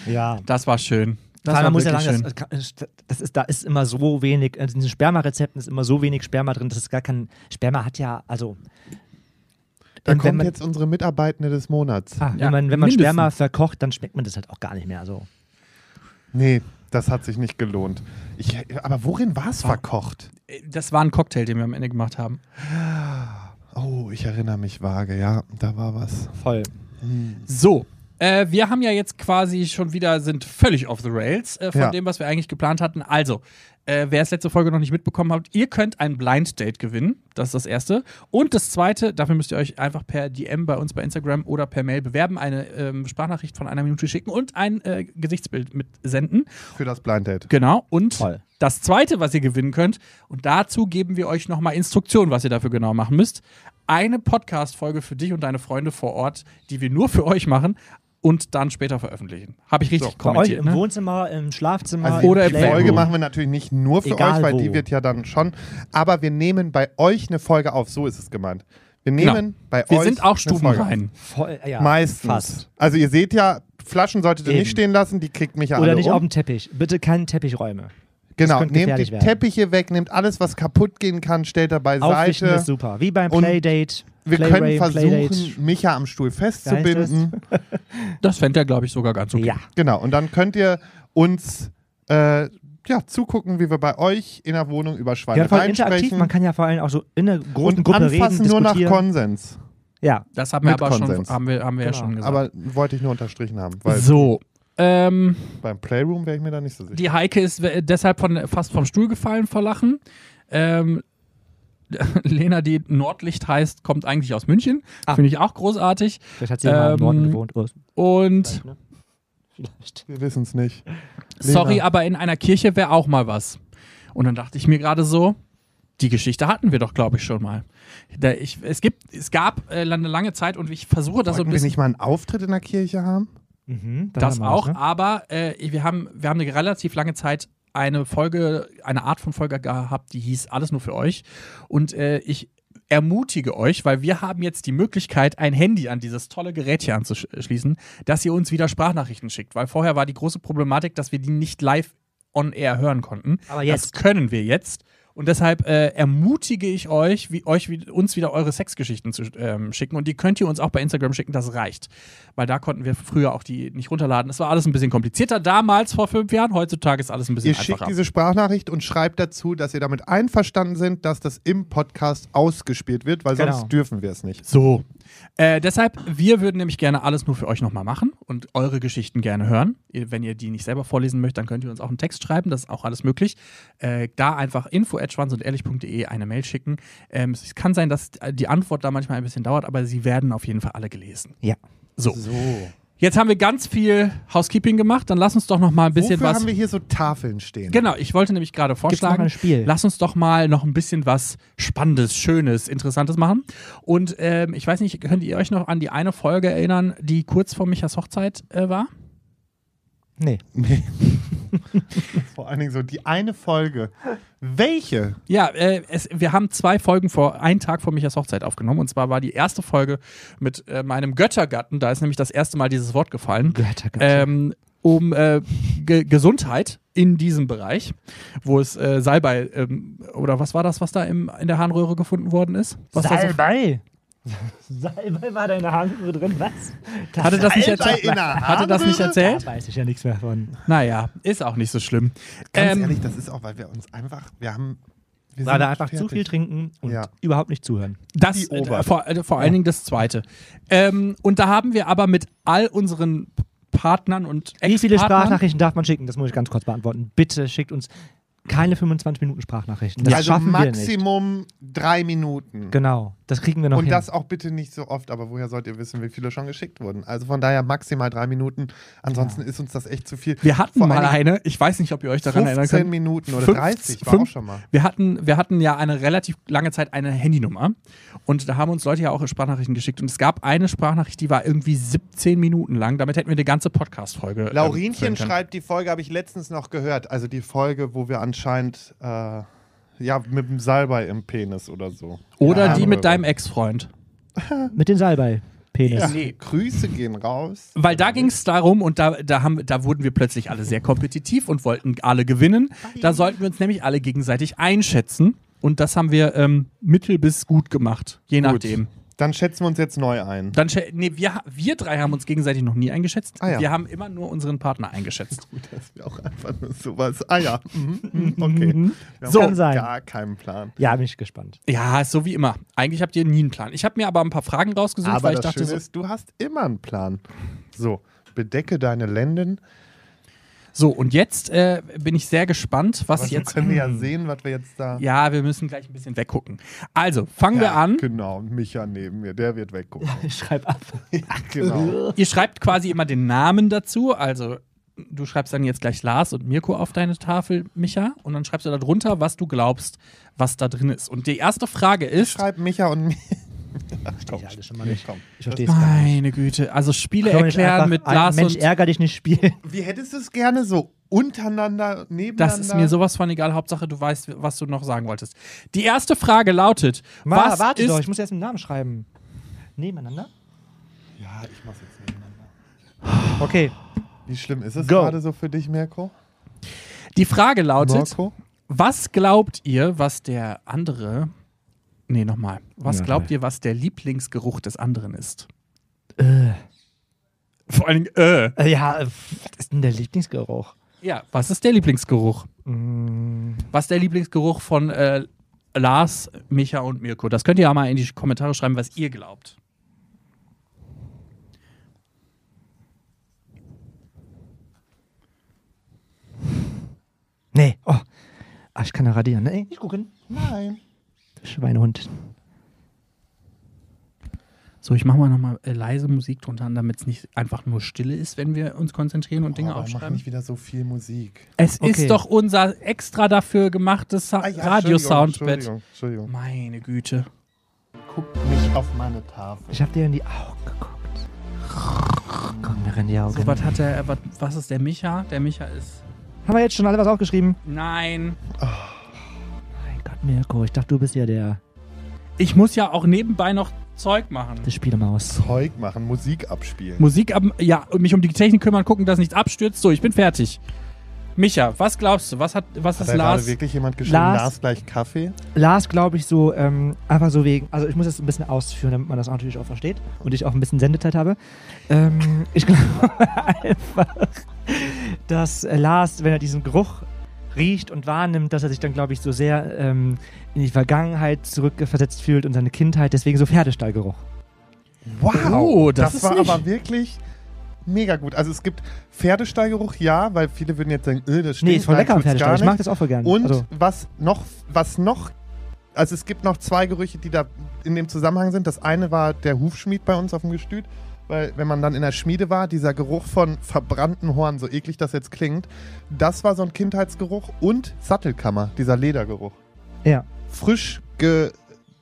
ja.
Das war schön. Das war
Vor allem, man muss ja
wirklich
sagen, das, das ist, da ist immer so wenig, äh, in diesen Spermarezepten ist immer so wenig Sperma drin, dass es gar kein, Sperma hat ja, also,
da
wenn
kommt
man-
jetzt unsere Mitarbeitende des Monats.
ah,
Ja,
wenn man, wenn man
mindestens.
Sperma verkocht, dann schmeckt man das halt auch gar nicht mehr, so.
Nee, das hat sich nicht gelohnt. Ich, aber worin war es
Ah.
verkocht?
Äh, das war ein Cocktail, den wir am Ende gemacht haben.
Oh, ich erinnere mich vage, ja, da war was.
Voll.
So, äh, wir haben ja jetzt quasi schon wieder, sind völlig off the rails äh, von
Ja.
dem, was wir eigentlich geplant hatten. Also, äh, wer es letzte Folge noch nicht mitbekommen hat, ihr könnt ein Blind Date gewinnen. Das ist das Erste. Und das Zweite, dafür müsst ihr euch einfach per DM bei uns bei Instagram oder per Mail bewerben, eine ähm, Sprachnachricht von einer Minute schicken und ein äh, Gesichtsbild mitsenden.
Für das Blind Date.
Genau. Und
Toll.
das zweite, was ihr gewinnen könnt, und dazu geben wir euch nochmal Instruktionen, was ihr dafür genau machen müsst. Eine Podcast-Folge für dich und deine Freunde vor Ort, die wir nur für euch machen und dann später veröffentlichen. Habe ich richtig
Bei euch
kommentiert.
im
ne?
Wohnzimmer, im Schlafzimmer,
Oder
Also oder
im
die
Playroom.
Folge machen wir natürlich nicht nur für
Egal
euch, weil
wo.
die wird ja dann schon. Aber wir nehmen bei euch eine Folge auf, so ist es gemeint. Wir
Genau.
nehmen bei
wir
euch.
sind auch
eine Folge
stubenrein.
Voll, äh, ja,
auf. Meistens.
Fast.
Also ihr seht ja, Flaschen solltet ihr
Eben.
nicht stehen lassen, die kriegt mich ja
Oder
alle
nicht
um.
auf dem Teppich. Bitte keine Teppichräume.
Genau,
könnte
nehmt
gefährlich
die
werden.
Teppiche weg, nehmt alles, was kaputt gehen kann, stellt da
Aufwischen
beiseite.
ist super. Wie beim
Und
Playdate.
Wir
Playrave,
können versuchen,
Playdate.
Micha am Stuhl festzubinden.
Das fände er, glaube ich, sogar ganz okay.
Ja.
Genau, und dann könnt ihr uns äh, ja, zugucken, wie wir bei euch in der Wohnung über
Ja, voll
Schweinereien
interaktiv.
sprechen.
Man kann ja vor allem auch so in einer großen
und
Gruppe
anfassen
reden,
nur nach
diskutieren.
Konsens.
Ja,
Das haben wir
Mit
aber
Konsens.
schon, haben wir, haben wir ja
Genau.
schon gesagt.
Aber wollte ich nur unterstrichen haben, weil
so. Ähm,
beim Playroom wäre ich mir da nicht so sicher.
die Heike ist äh, deshalb von, fast vom Stuhl gefallen vor Lachen. Ähm, Lena, die Nordlicht heißt, kommt eigentlich aus München.
Ah.
Finde ich auch großartig.
vielleicht hat sie ja mal im
Ähm,
Norden gewohnt. Oh,
Und
ne? Vielleicht.
Wir wissen es nicht.
sorry, aber in einer Kirche wäre auch mal was. Und dann dachte ich mir gerade so, die Geschichte hatten wir doch, glaube ich, schon mal. Da ich, es, gibt, es gab äh, eine lange Zeit und ich versuche das so ein
Wollten wir
bisschen.
nicht mal einen Auftritt in der Kirche haben?
Mhm, da
Das
haben wir was,
auch,
ne?
aber äh, wir, haben, wir haben eine relativ lange Zeit eine Folge, eine Art von Folge gehabt, die hieß Alles nur für euch. Und äh, ich ermutige euch, weil wir haben jetzt die Möglichkeit, ein Handy an dieses tolle Gerät hier anzuschließen, dass ihr uns wieder Sprachnachrichten schickt. Weil vorher war die große Problematik, dass wir die nicht live on air hören konnten.
Aber
Das
jetzt.
können wir jetzt. Und deshalb äh, ermutige ich euch, wie, euch wie, uns wieder eure Sexgeschichten zu ähm, schicken. Und die könnt ihr uns auch bei Instagram schicken, das reicht. Weil da konnten wir früher auch die nicht runterladen. Es war alles ein bisschen komplizierter damals vor fünf Jahren. Heutzutage ist alles ein bisschen
Ihr schickt
einfacher.
diese Sprachnachricht und schreibt dazu, dass ihr damit einverstanden sind, dass das im Podcast ausgespielt wird, weil
Genau.
sonst dürfen wir es nicht.
so. Äh, deshalb, wir würden nämlich gerne alles nur für euch nochmal machen und eure Geschichten gerne hören. Ihr- Wenn ihr die nicht selber vorlesen möchtet, dann könnt ihr uns auch einen Text schreiben, das ist auch alles möglich. Äh, da einfach info und ehrlich.de eine Mail schicken. Ähm, es kann sein, dass die Antwort da manchmal ein bisschen dauert, aber sie werden auf jeden Fall alle gelesen.
Ja.
So.
So.
Jetzt haben wir ganz viel Housekeeping gemacht. Dann lass uns doch noch mal ein bisschen
Wofür
was.
haben wir hier so Tafeln stehen?
Genau, ich wollte nämlich gerade vorschlagen,
ein Spiel?
lass uns doch mal noch ein bisschen was Spannendes, Schönes, Interessantes machen. Und ähm, ich weiß nicht, könnt ihr euch noch an die eine Folge erinnern, die kurz vor Michas Hochzeit äh, war?
Nee.
Nee. Vor allen Dingen so die eine Folge. Welche?
Ja, äh, es, wir haben zwei Folgen vor, einen Tag vor Michas Hochzeit aufgenommen. Und zwar war die erste Folge mit äh, meinem Göttergatten, da ist nämlich das erste Mal dieses Wort gefallen. ähm, um äh, Ge Gesundheit in diesem Bereich, wo es äh, Salbei ähm, oder was war das, was da im, in der Harnröhre gefunden worden ist? Was da so-
Salbei. Salbei war da in der Harnröhre drin, was? Das
hatte das nicht
Salbei in
erzählt?
der
Hatte das nicht
Harnröhre?
erzählt?
Da weiß ich ja nichts mehr von.
Naja, ist auch nicht so schlimm.
Ganz
Ähm,
ehrlich, das ist auch, weil wir uns einfach, wir haben. Wir
War
sind
da einfach zu
fertig.
viel trinken und
Ja.
überhaupt nicht zuhören.
Das
Die
äh,
Ober-
vor, äh, vor allen Dingen das zweite. Ähm, und da haben wir aber mit all unseren Partnern und
Wie viele
Ex-Partnern-
Sprachnachrichten darf man schicken? Das muss ich ganz kurz beantworten. Bitte schickt uns keine 25 Minuten Sprachnachrichten. Das
also
schaffen wir nicht.
Maximum drei Minuten.
Genau, das kriegen wir noch
Und
hin.
das auch bitte nicht so oft, aber woher sollt ihr wissen, wie viele schon geschickt wurden? Also von daher maximal drei Minuten. Ansonsten ist uns das echt zu viel.
Wir hatten
Vor
mal
allen Dingen
eine, ich weiß nicht, ob ihr euch daran erinnern
15
könnt.
Minuten oder
Fünf-
30 war auch
fünf-
schon mal.
Wir hatten, wir hatten ja eine relativ lange Zeit eine Handynummer und da haben uns Leute ja auch Sprachnachrichten geschickt und es gab eine Sprachnachricht, die war irgendwie 17 Minuten lang. Damit hätten wir eine ganze Podcast-Folge. ähm,
Laurinchen
füllen können.
schreibt, die Folge habe ich letztens noch gehört. Also die Folge, wo wir anscheinend äh, ja mit dem Salbei im Penis oder so.
Oder
Ja,
die mit
aber-
deinem Ex-Freund.
Mit den Salbei-Penis.
Ja.
Nee.
Grüße gehen raus.
Weil da ging es darum und da, da, haben, da wurden wir plötzlich alle sehr kompetitiv und wollten alle gewinnen. Da sollten wir uns nämlich alle gegenseitig einschätzen und das haben wir ähm, mittel bis gut gemacht, je nachdem.
Dann schätzen wir uns jetzt neu ein.
Dann, schä- nee, wir, wir drei haben uns gegenseitig noch nie eingeschätzt.
Ah ja.
Wir haben immer nur unseren Partner eingeschätzt.
Gut, dass wir auch einfach nur sowas. Ah ja, mhm, mhm, okay. Wir
So.
haben
Kann sein.
Gar keinen Plan.
Ja, bin ich gespannt.
Ja, ist so wie immer. Eigentlich habt ihr nie einen Plan. Ich habe mir aber ein paar Fragen rausgesucht,
Aber
weil ich
das
dachte,
Schöne
so,
ist, du hast immer einen Plan. So, bedecke deine Lenden.
so und jetzt äh, bin ich sehr gespannt, was
Was
jetzt.
Also können wir ja sehen, was wir jetzt da.
Ja, wir müssen gleich ein bisschen weggucken. Also, fangen wir
Ja,
an.
Genau, Micha neben mir, der wird weggucken.
Ich schreibe ab.
genau.
Ihr schreibt quasi immer den Namen dazu. Also, du schreibst dann jetzt gleich Lars und Mirko auf deine Tafel, Micha. Und dann schreibst du darunter, was du glaubst, was da drin ist. Und die erste Frage ist.
Schreib Micha und mir.
Verstehe ich alles schon mal nicht.
Komm.
Ich verstehe es gar nicht.
Meine Güte. Also, Spiele
Können wir nicht einfach
erklären mit
ein
Lars
Mensch,
und.
ärger dich nicht spielen.
Wie hättest du es gerne so untereinander,
Das
nebeneinander?
ist mir sowas von egal. Hauptsache, du weißt, was du noch sagen wolltest. Die erste Frage lautet:
Ma,
Was
warte
ist
doch, ich muss erst einen Namen schreiben. Nebeneinander?
Ja, ich mach's jetzt nebeneinander.
Okay.
Wie schlimm ist es
Go.
gerade so für dich, Mirko?
Die Frage lautet:
Mirko?
Was glaubt ihr, was der andere. Nee, nochmal. Was glaubt ihr, was der Lieblingsgeruch des anderen ist?
Äh.
Vor allen Dingen, äh.
Äh, Ja, äh, was ist denn der Lieblingsgeruch? Mm,
Ja, was ist der Lieblingsgeruch? Was ist der Lieblingsgeruch von äh, Lars, Micha und Mirko? Das könnt ihr ja mal in die Kommentare schreiben, was ihr glaubt.
Nee. Oh. Ah, ich kann da radieren. Nee, nicht gucken.
Nein.
Schweinehund.
So, ich mache mal nochmal äh, leise Musik drunter, damit es nicht einfach nur Stille ist, wenn wir uns konzentrieren und Dinge
Boah, warum Oh, mach
aufschreiben.
nicht wieder so viel Musik.
Es
Okay.
ist doch unser extra dafür gemachtes Sa-
Ah ja,
Radio-Soundbett.
Entschuldigung, Entschuldigung,
Meine Güte.
Entschuldigung. Guck nicht auf meine Tafel.
Ich hab dir in die Augen geguckt. Komm mir in die Augen.
So, was hat der, äh, wat- was ist der Micha? Der Micha ist.
Haben wir jetzt schon alle was aufgeschrieben?
Nein.
Mein Gott, Mirko, ich dachte, du bist ja der,
Ich muss ja auch nebenbei noch Zeug machen.
der Spielemaus.
Zeug machen, Musik abspielen.
Musik ab, ja, und mich um die Technik kümmern, gucken, dass nichts abstürzt. So, ich bin fertig. Micha, was glaubst du? Was hat, was
Hat
ist
da gerade
Lars?
wirklich jemand geschrieben,
Lars-
Lars, gleich Kaffee?
Lars, glaube ich, so ähm, einfach so wegen. Also, ich muss das ein bisschen ausführen, damit man das natürlich auch versteht und ich auch ein bisschen Sendezeit habe. Ähm, ich glaube einfach, dass äh, Lars, wenn er diesen Geruch riecht und wahrnimmt, dass er sich dann, glaube ich, so sehr ähm, in die Vergangenheit zurückversetzt fühlt und seine Kindheit. Deswegen so Pferdestallgeruch.
Wow!
Oh, das ist
war
nicht-
aber wirklich mega gut. Also es gibt Pferdestallgeruch, ja, weil viele würden jetzt sagen, äh, das stinkt.
Nee, ist voll
nein,
lecker am
tut's
Pferdestall.
gar
Ich mag
nicht.
das auch voll gerne.
Und
also,
was noch, was noch, also es gibt noch zwei Gerüche, die da in dem Zusammenhang sind. Das eine war der Hufschmied bei uns auf dem Gestüt weil wenn man dann in der Schmiede war, dieser Geruch von verbrannten Horn, so eklig das jetzt klingt, das war so ein Kindheitsgeruch und Sattelkammer, dieser Ledergeruch.
Ja.
Frisch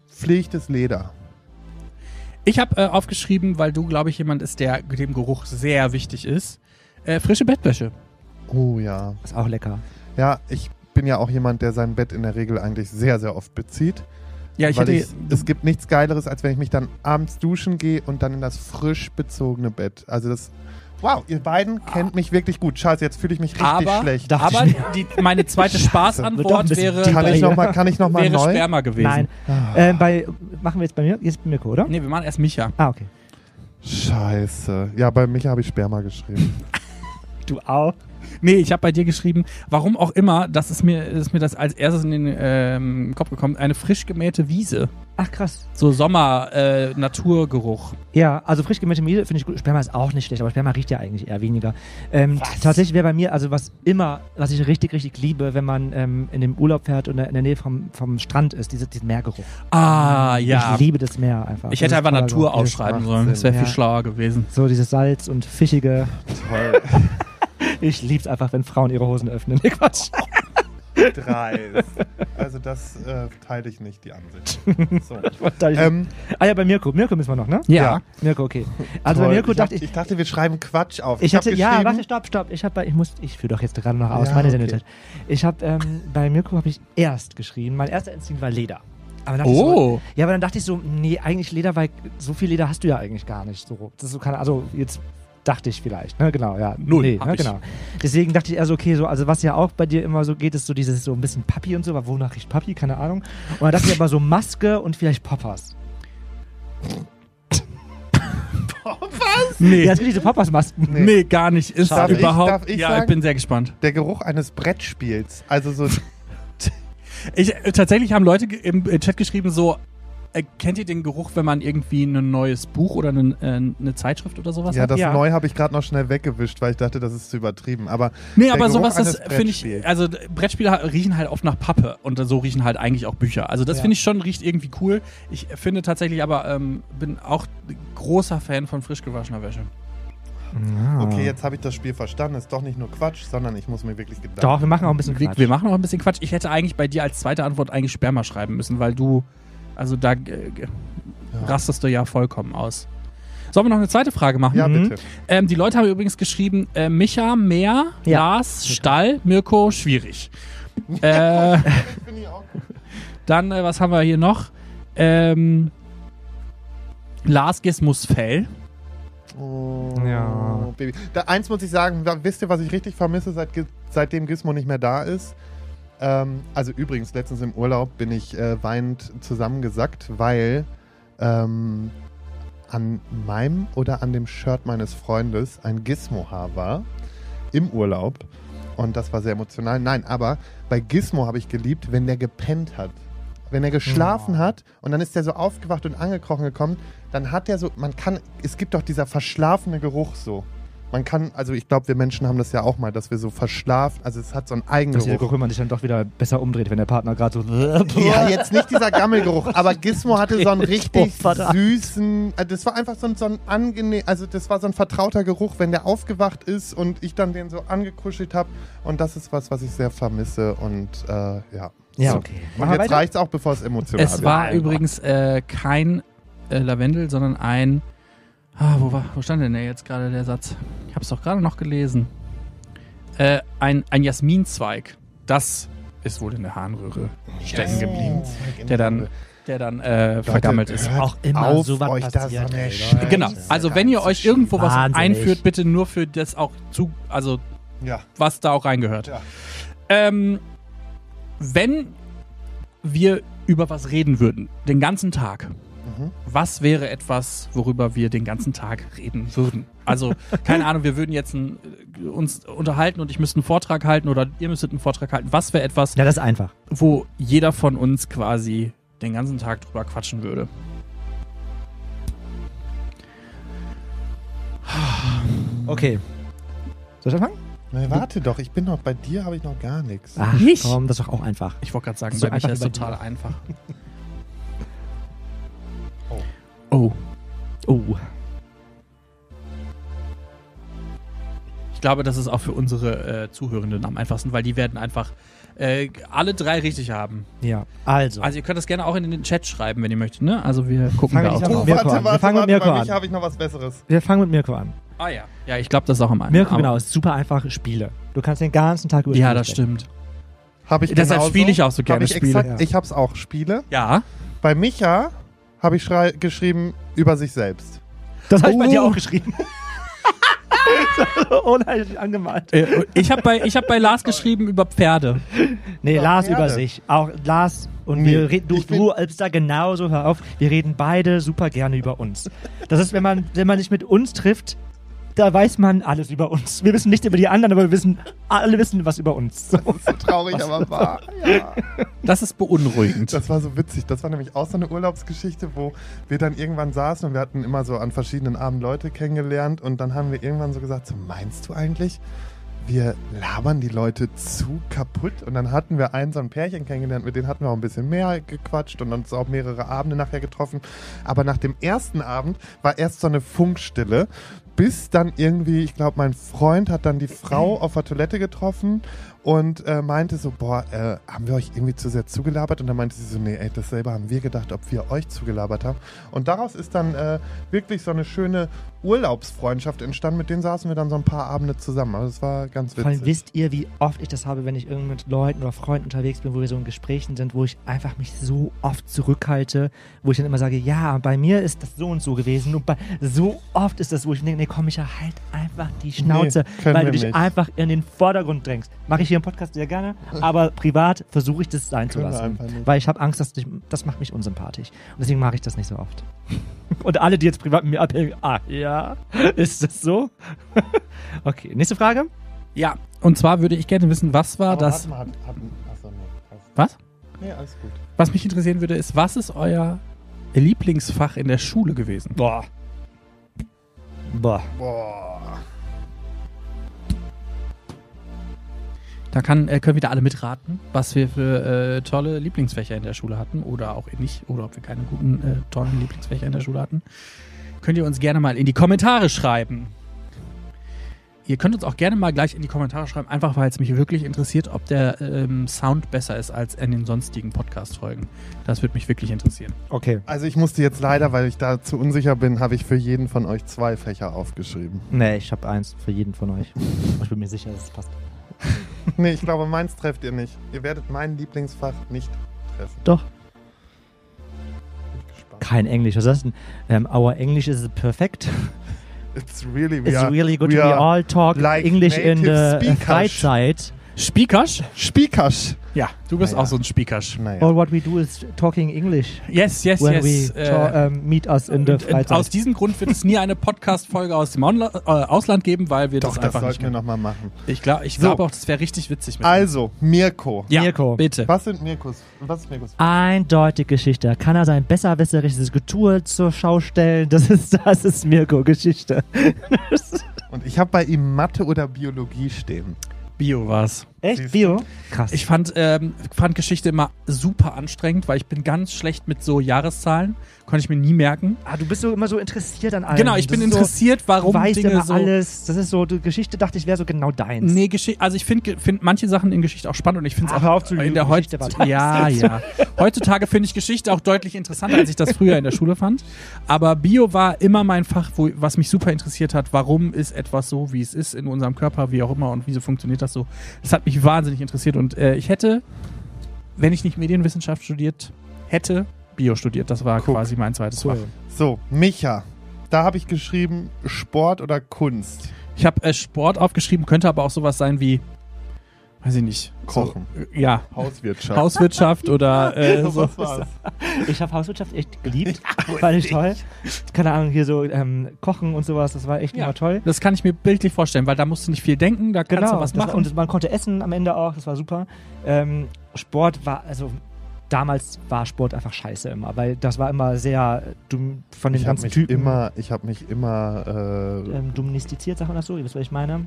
gepflegtes Leder.
Ich habe äh, aufgeschrieben, weil du, glaube ich, jemand ist, der dem Geruch sehr wichtig ist. Äh, frische Bettwäsche.
Oh ja.
Ist auch lecker.
Ja, ich bin ja auch jemand, der sein Bett in der Regel eigentlich sehr, sehr oft bezieht.
Ja, ich
weil
hätte.
ich, es gibt nichts Geileres, als wenn ich mich dann abends duschen gehe und dann in das frisch bezogene Bett. Also das. Wow, ihr beiden kennt mich wirklich gut. Scheiße, jetzt fühle ich mich richtig
aber
schlecht.
Dachte
aber die, meine zweite
wird doch ein
Spaßantwort
bisschen
wäre,
tiefer
kann ich
hier.
nochmal noch mal- kann ich noch mal
wäre
neu?
Sperma gewesen.
Nein. Ähm, bei, machen wir jetzt bei mir? Jetzt bei Mirko, oder?
Ah. Nee, wir machen erst Micha.
Ah, okay.
Scheiße. Ja, bei Micha habe ich Sperma geschrieben.
Du auch.
Nee, ich habe bei dir geschrieben, warum auch immer, das ist mir, ist mir das als erstes in den ähm, Kopf gekommen, eine frisch gemähte Wiese.
Ach krass.
So äh, Sommer-Naturgeruch.
Ja, also frisch gemähte Miete finde ich gut. Sperma ist auch nicht schlecht, aber Sperma riecht ja eigentlich eher weniger. Ähm, t- tatsächlich wäre bei mir, also was immer, was ich richtig, richtig liebe, wenn man ähm, in den Urlaub fährt und in der Nähe vom, vom Strand ist, diese, diesen Meergeruch.
ah, ja.
Ich liebe das Meer einfach.
Ich hätte
Das ist
einfach
toller
Natur
Geruch.
aufschreiben
macht
sollen. Das wäre
Sinn.
viel
Ja.
schlauer gewesen.
So dieses Salz und Fischige.
Toll.
Ich lieb's einfach, wenn Frauen ihre Hosen öffnen. Nee, Quatsch.
Dreist. Also das äh, teile ich nicht, die Ansicht. So.
Ähm,
Ähm,
ah ja, bei Mirko. Mirko müssen wir noch, ne?
Ja.
Ja.
Mirko, okay. Also
toll.
bei Mirko
ich
dachte
hab,
ich.
ich dachte, wir schreiben Quatsch auf.
Ich
hab
hatte, ja,
geschrieben-
warte, stopp, stopp. Ich habe, ich muss, ich führe doch jetzt gerade noch aus,
Ja,
meine
okay.
Sendezeit. Ich habe ähm, bei Mirko habe ich erst geschrieben. Mein erster Instinkt war Leder. Aber dann dachte
Oh.
Ich so, ja, aber dann dachte ich so, nee, eigentlich Leder, weil so viel Leder hast du ja eigentlich gar nicht. So, das ist so keine, also jetzt dachte ich vielleicht, ne, genau, ja.
Null,
nee,
hab
ne,
ich.
genau. Deswegen dachte ich eher so, okay, so, also was ja auch bei dir immer so geht, ist so dieses so ein bisschen Papi und so, aber wonach riecht Papi, keine Ahnung. Und dann dachte ich aber so Maske und vielleicht Poppers.
Nee.
Ja, es gibt diese Poppers-Masken.
nee. gar nicht. Ist
Darf ich-
überhaupt.
darf ich
ja, ich
sagen?
bin sehr gespannt.
Der Geruch eines Brettspiels. Also so
Ich, äh, tatsächlich haben Leute ge- im äh, Chat geschrieben, so. äh, Kennt ihr den Geruch, wenn man irgendwie ein neues Buch oder einen, äh, eine Zeitschrift oder sowas
Ja,
hat?
das
Ja.
Neu habe ich gerade noch schnell weggewischt, weil ich dachte, das ist zu übertrieben. Aber
Nee,
der
aber
Geruch
sowas, das
eines
finde ich,
Brettspiels.
also d- Brettspiele ha- riechen halt oft nach Pappe und so riechen halt eigentlich auch Bücher. Also das
Ja.
finde ich schon, riecht irgendwie cool. Ich finde tatsächlich aber, ähm, bin auch großer Fan von frisch gewaschener Wäsche.
Ah.
also-
okay, jetzt habe ich das Spiel verstanden. Ist doch nicht nur Quatsch, sondern ich muss mir wirklich Gedanken.
Ah. Doch, wir machen auch ein bisschen
Wir,
Quatsch.
wir machen noch ein bisschen Quatsch. Ich hätte eigentlich bei dir als zweite Antwort eigentlich Sperma schreiben müssen, weil du, also da äh, g- rastest du ja vollkommen aus. Sollen wir noch eine zweite Frage machen?
Ja,
Mhm.
bitte.
Ähm, die Leute haben übrigens geschrieben, äh, Micha, Meer,
Ja.
Lars, Stall, Mirko, schwierig. äh,
Finde ich auch gut.
Dann, äh, was haben wir hier noch? Ähm, Lars Gismus Fell.
Oh,
Ja.
Baby. Da, eins muss ich sagen, wa- wisst ihr, was ich richtig vermisse, seit, Gi- seitdem Gizmo nicht mehr da ist? Ähm, also übrigens, letztens im Urlaub bin ich äh, weinend zusammengesackt, weil ähm, an meinem oder an dem Shirt meines Freundes ein Gizmo-Haar war im Urlaub. Und das war sehr emotional. Nein, aber bei Gizmo habe ich geliebt, wenn der gepennt hat. Wenn er geschlafen
Ja.
hat und dann ist der so aufgewacht und angekrochen gekommen, dann hat der so, man kann, es gibt doch dieser verschlafene Geruch so. Man kann, also ich glaube, wir Menschen haben das ja auch mal, dass wir so verschlafen, also es hat so einen
Dass der
Eigengeruch.
Geruch, wenn man sich dann doch wieder besser umdreht, wenn der Partner gerade so.
Ja, jetzt nicht dieser Gammelgeruch, aber Gizmo hatte so einen richtig
Doof, Alter.
süßen, also das war einfach so ein, so ein angenehm, also das war so ein vertrauter Geruch, wenn der aufgewacht ist und ich dann den so angekuschelt habe und das ist was, was ich sehr vermisse und äh, ja.
Ja,
So.
okay.
Und jetzt reicht's auch, bevor es emotional
es
wird.
war übrigens äh, kein äh, Lavendel, sondern ein. Ah, wo, war, wo stand denn der jetzt gerade der Satz? Ich hab's doch gerade noch gelesen. Äh, ein, ein Jasminzweig. Das ist wohl in der Harnröhre stecken geblieben. Der dann, der dann äh, vergammelt ist.
hört
Auch immer
halt auf,
sowas
euch da so
passiert,
eine
ey,
Scheiße
Leute.
Genau. Also wenn ihr euch irgendwo was
Wahnsinnig.
einführt, bitte nur für das auch zu, also
Ja.
was da auch reingehört.
Ja.
Ähm, wenn wir über was reden würden, den ganzen Tag,
Mhm.
was wäre etwas, worüber wir den ganzen Tag reden würden? Also, keine Ahnung, wir würden jetzt ein, uns unterhalten und ich müsste einen Vortrag halten oder ihr müsstet einen Vortrag halten. Was wäre etwas,
Ja, das ist einfach.
wo jeder von uns quasi den ganzen Tag drüber quatschen würde?
Okay. Soll ich anfangen?
Na, warte doch, ich bin noch bei dir, habe ich noch gar nichts.
Ach,
Nicht?
komm, das ist doch auch einfach.
Ich wollte gerade sagen,
So
bei Micha
einfach
ist
wie bei dir.
total einfach.
Oh.
Oh.
Oh.
glaube, das ist auch für unsere äh, Zuhörenden am einfachsten, weil die werden einfach äh, alle drei richtig haben.
Ja, also.
Also ihr könnt das gerne auch in den Chat schreiben, wenn ihr möchtet. Ne? Also wir gucken
Fang
da
ich
auch
an.
drauf.
Mirko an. Wir fangen mit Mirko
bei mich
an.
habe ich noch was Besseres.
Wir fangen mit Mirko an.
Ah ja, ja, ich glaube, das ist auch am Anfang.
Mirko, genau, ist super einfach Spiele. Du kannst den ganzen Tag über
Ja,
Spiele
das
sprechen.
stimmt.
Hab ich
Deshalb
genauso.
spiele ich auch so gerne
Hab ich,
Spiele.
exakt,
Ja.
ich hab's auch, Spiele.
Ja,
Bei Micha habe ich schrei- geschrieben, über sich selbst.
Das habe ich bei
Oh.
dir auch geschrieben. Unheimlich angemalt.
Äh, ich habe bei, ich hab bei Lars geschrieben über Pferde.
Nee,
Ja,
Lars
Pferde.
über sich. Auch Lars und
Nee,
wir reden, du,
ich bin-
du als da genauso, hör auf. Wir reden beide super gerne über uns. Das ist, wenn man, wenn man sich mit uns trifft, da weiß man alles über uns. Wir wissen nicht über die anderen, aber wir wissen, alle wissen was über uns. So.
So traurig, aber wahr. Ja.
Das ist beunruhigend.
Das war so witzig. Das war nämlich auch so eine Urlaubsgeschichte, wo wir dann irgendwann saßen und wir hatten immer so an verschiedenen Abenden Leute kennengelernt und dann haben wir irgendwann so gesagt, so meinst du eigentlich, wir labern die Leute zu kaputt? Und dann hatten wir einen so ein Pärchen kennengelernt, mit denen hatten wir auch ein bisschen mehr gequatscht und uns auch mehrere Abende nachher getroffen. Aber nach dem ersten Abend war erst so eine Funkstille. Bis dann irgendwie, ich glaube, mein Freund hat dann die Frau auf der Toilette getroffen und äh, meinte so, boah, äh, haben wir euch irgendwie zu sehr zugelabert? Und dann meinte sie so, nee, ey, dasselbe haben wir gedacht, ob wir euch zugelabert haben. Und daraus ist dann äh, wirklich so eine schöne Urlaubsfreundschaft entstanden. Mit denen saßen wir dann so ein paar Abende zusammen. Also es war ganz
Vor allem
witzig.
wisst ihr, wie oft ich das habe, wenn ich irgendwie mit Leuten oder Freunden unterwegs bin, wo wir so in Gesprächen sind, wo ich einfach mich so oft zurückhalte, wo ich dann immer sage, ja, bei mir ist das so und so gewesen und bei so oft ist das, wo ich denke, nee, komm, ich halt einfach die Schnauze,
Nee, können
weil du
wir
dich
nicht.
einfach in den Vordergrund drängst. Mache ich hier im Podcast sehr gerne, aber privat versuche ich das sein zu
Können wir
lassen,
einfach nicht.
weil ich habe Angst, dass ich, das macht mich unsympathisch und deswegen mache ich das nicht so oft. Und alle, die jetzt privat mit mir abhängen, ah ja, ist das so? okay, nächste Frage.
Ja, und zwar würde ich gerne wissen, was war das,
Mal, hat, hat, achso, nee, alles-
was?
nee, alles gut.
Was mich interessieren würde, ist, was ist euer Lieblingsfach in der Schule gewesen?
Boah. Boah.
Boah.
Da kann, äh, können wieder alle mitraten, was wir für äh, tolle Lieblingsfächer in der Schule hatten oder auch nicht, oder ob wir keine guten, äh, tollen Lieblingsfächer in der Schule hatten. Könnt ihr uns gerne mal in die Kommentare schreiben. Ihr könnt uns auch gerne mal gleich in die Kommentare schreiben, einfach weil es mich wirklich interessiert, ob der ähm, Sound besser ist als in den sonstigen Podcast-Folgen. Das würde mich wirklich interessieren.
Okay.
Also ich musste jetzt leider, weil ich da zu unsicher bin, habe ich für jeden von euch zwei Fächer aufgeschrieben.
Nee, ich habe eins für jeden von euch. Ich bin mir sicher, dass es passt.
Nee, ich glaube, meins trefft ihr nicht. Ihr werdet mein Lieblingsfach nicht treffen.
Doch.
Bin ich gespannt.
Kein Englisch. Was heißt denn? Ähm, our English is perfect.
It's really, we
It's
are,
really good.
we
We,
are
all talk
like
English in
native
the uh,
speakers.
Freizeit.
Spiekasch?
Spiekasch.
Ja, du bist
Naja.
auch so ein Spiekasch.
Naja.
All what we do is talking English
Yes, yes,
when
yes. äh,
we ta- um, meet us in the
Und, äh, aus
Freizeit.
diesem Grund wird es nie eine Podcast-Folge aus dem Onla äh, Ausland geben, weil wir
Doch,
das
das
einfach
sollten
nicht
wir
können.
nochmal machen.
Ich, glaub, ich
So.
glaube auch, das wäre richtig witzig. Mit
Also, Mirko.
ja,
Mirko.
bitte.
Was sind Mirkos? Was ist Mirkos?
Ah. Eindeutig Geschichte. Kann er sein besserwisserisches Getue zur Schau stellen? Das ist, das ist Mirko Geschichte.
Und ich habe bei ihm Mathe oder Biologie stehen.
Bio war's.
Echt?
Siehst du?
Bio? Krass.
Ich fand, ähm, fand Geschichte immer super anstrengend, weil ich bin ganz schlecht mit so Jahreszahlen. Konnte ich mir nie merken.
Ah, du bist so immer so interessiert an allem.
Genau, ich
Das
bin
ist so-
interessiert, warum
du weißt
Dinge
immer
so.
alles. Das ist so, die Geschichte dachte ich wäre so genau deins.
Nee, Geschichte, also ich finde find manche Sachen in Geschichte auch spannend und ich finde es
Ach,
auch
hör auf zu
in
lügen,
der
Geschichte
heutzutage.
war
Ja,
scheiße.
ja. Heutzutage finde ich Geschichte auch deutlich interessanter, als ich das früher in der Schule fand. Aber Bio war immer mein Fach, wo, was mich super interessiert hat. Warum ist etwas so, wie es ist in unserem Körper, wie auch immer und wieso funktioniert das so? Das hat mich wahnsinnig interessiert und äh, ich hätte, wenn ich nicht Medienwissenschaft studiert hätte, Bio studiert. Das war
Guck.
quasi mein zweites Fach.
Cool.
So, Micha. Da habe ich geschrieben Sport oder Kunst.
Ich habe äh, Sport aufgeschrieben, könnte aber auch sowas sein wie, weiß ich nicht,
Kochen.
So, äh, ja.
Hauswirtschaft.
Hauswirtschaft oder äh, so.
was war's.
Ich habe Hauswirtschaft echt geliebt. Fand ich toll. Keine Ahnung, hier so ähm, Kochen und sowas, das war echt
Ja.
immer toll. Genau,
Das kann ich mir bildlich vorstellen, weil da musst du nicht viel denken, da kannst
Genau,
du was
das War,
machen.
und man konnte essen am Ende auch, das war super. Ähm, Sport war, also damals war Sport einfach scheiße immer, weil das war immer sehr äh, dumm von den
Ich habe
ganzen
mich
Typen.
immer, ich habe mich immer, äh,
ähm, domestiziert, sagt man das so? Ihr wisst, was ich meine?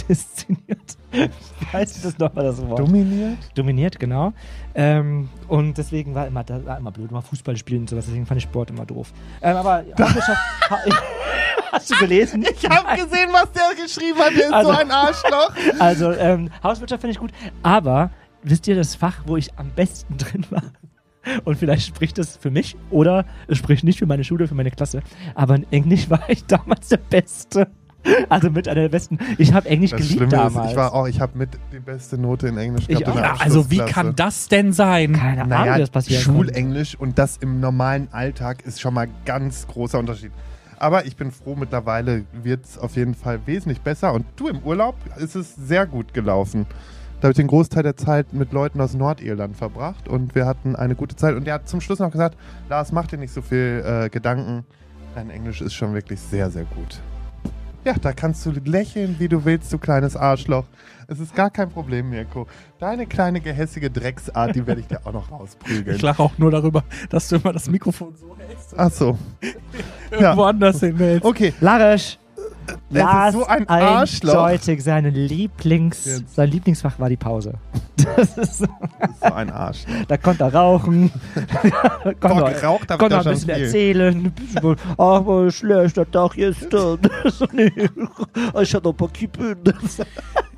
Dummdestiniert. Wie heißt das nochmal, das Wort?
dominiert.
dominiert, genau. Ähm, und deswegen war immer, das war immer blöd, immer Fußball spielen und sowas, deswegen fand ich Sport immer doof. Ähm, aber Hauswirtschaft, ha Hast du gelesen?
Ich habe gesehen, was der geschrieben hat. Der ist
Also-
so ein Arschloch.
Also, ähm, Hauswirtschaft finde ich gut, aber wisst ihr das Fach, wo ich am besten drin war? Und vielleicht spricht das für mich oder es spricht nicht für meine Schule, für meine Klasse. Aber in Englisch war ich damals der Beste. Also mit einer der Besten. Ich habe Englisch
Das
geliebt
Schlimme
damals.
ist, ich war auch, ich habe mit die beste Note in Englisch
Ich
gehabt. in
auch.
der
Ja, also wie kann
Abschlussklasse.
das denn sein?
Keine Ahnung,
Naja,
wie das passiert.
Schulenglisch und das im normalen Alltag ist schon mal ganz großer Unterschied. Aber ich bin froh, mittlerweile wird es auf jeden Fall wesentlich besser. Und du im Urlaub ist es sehr gut gelaufen. Da habe ich den Großteil der Zeit mit Leuten aus Nordirland verbracht und wir hatten eine gute Zeit. Und er hat zum Schluss noch gesagt: Lars, mach dir nicht so viel äh, Gedanken. Dein Englisch ist schon wirklich sehr, sehr gut. Ja, da kannst du lächeln, wie du willst, du kleines Arschloch. Es ist gar kein Problem, Mirko. Deine kleine gehässige Drecksart, die werde ich dir auch noch rausprügeln.
Ich lache auch nur darüber, dass du immer das Mikrofon so hältst und
Ach so. Ja.
irgendwo anders hinhältst.
Okay,
Larisch.
Das ist
Lars
so ein Arschloch.
eindeutig seine Lieblings,
Jetzt.
sein Lieblingsfach war die Pause. Das ist, so-
das ist so ein Arsch.
da konnte er rauchen, konnte
Boah,
er
geraucht habe ich
Kann
da
noch ein
schon
bisschen
viel.
erzählen. Ein bisschen, Ach, war schlecht, der Tag gestern. So, nee. Ich hatte noch ein paar Kippen.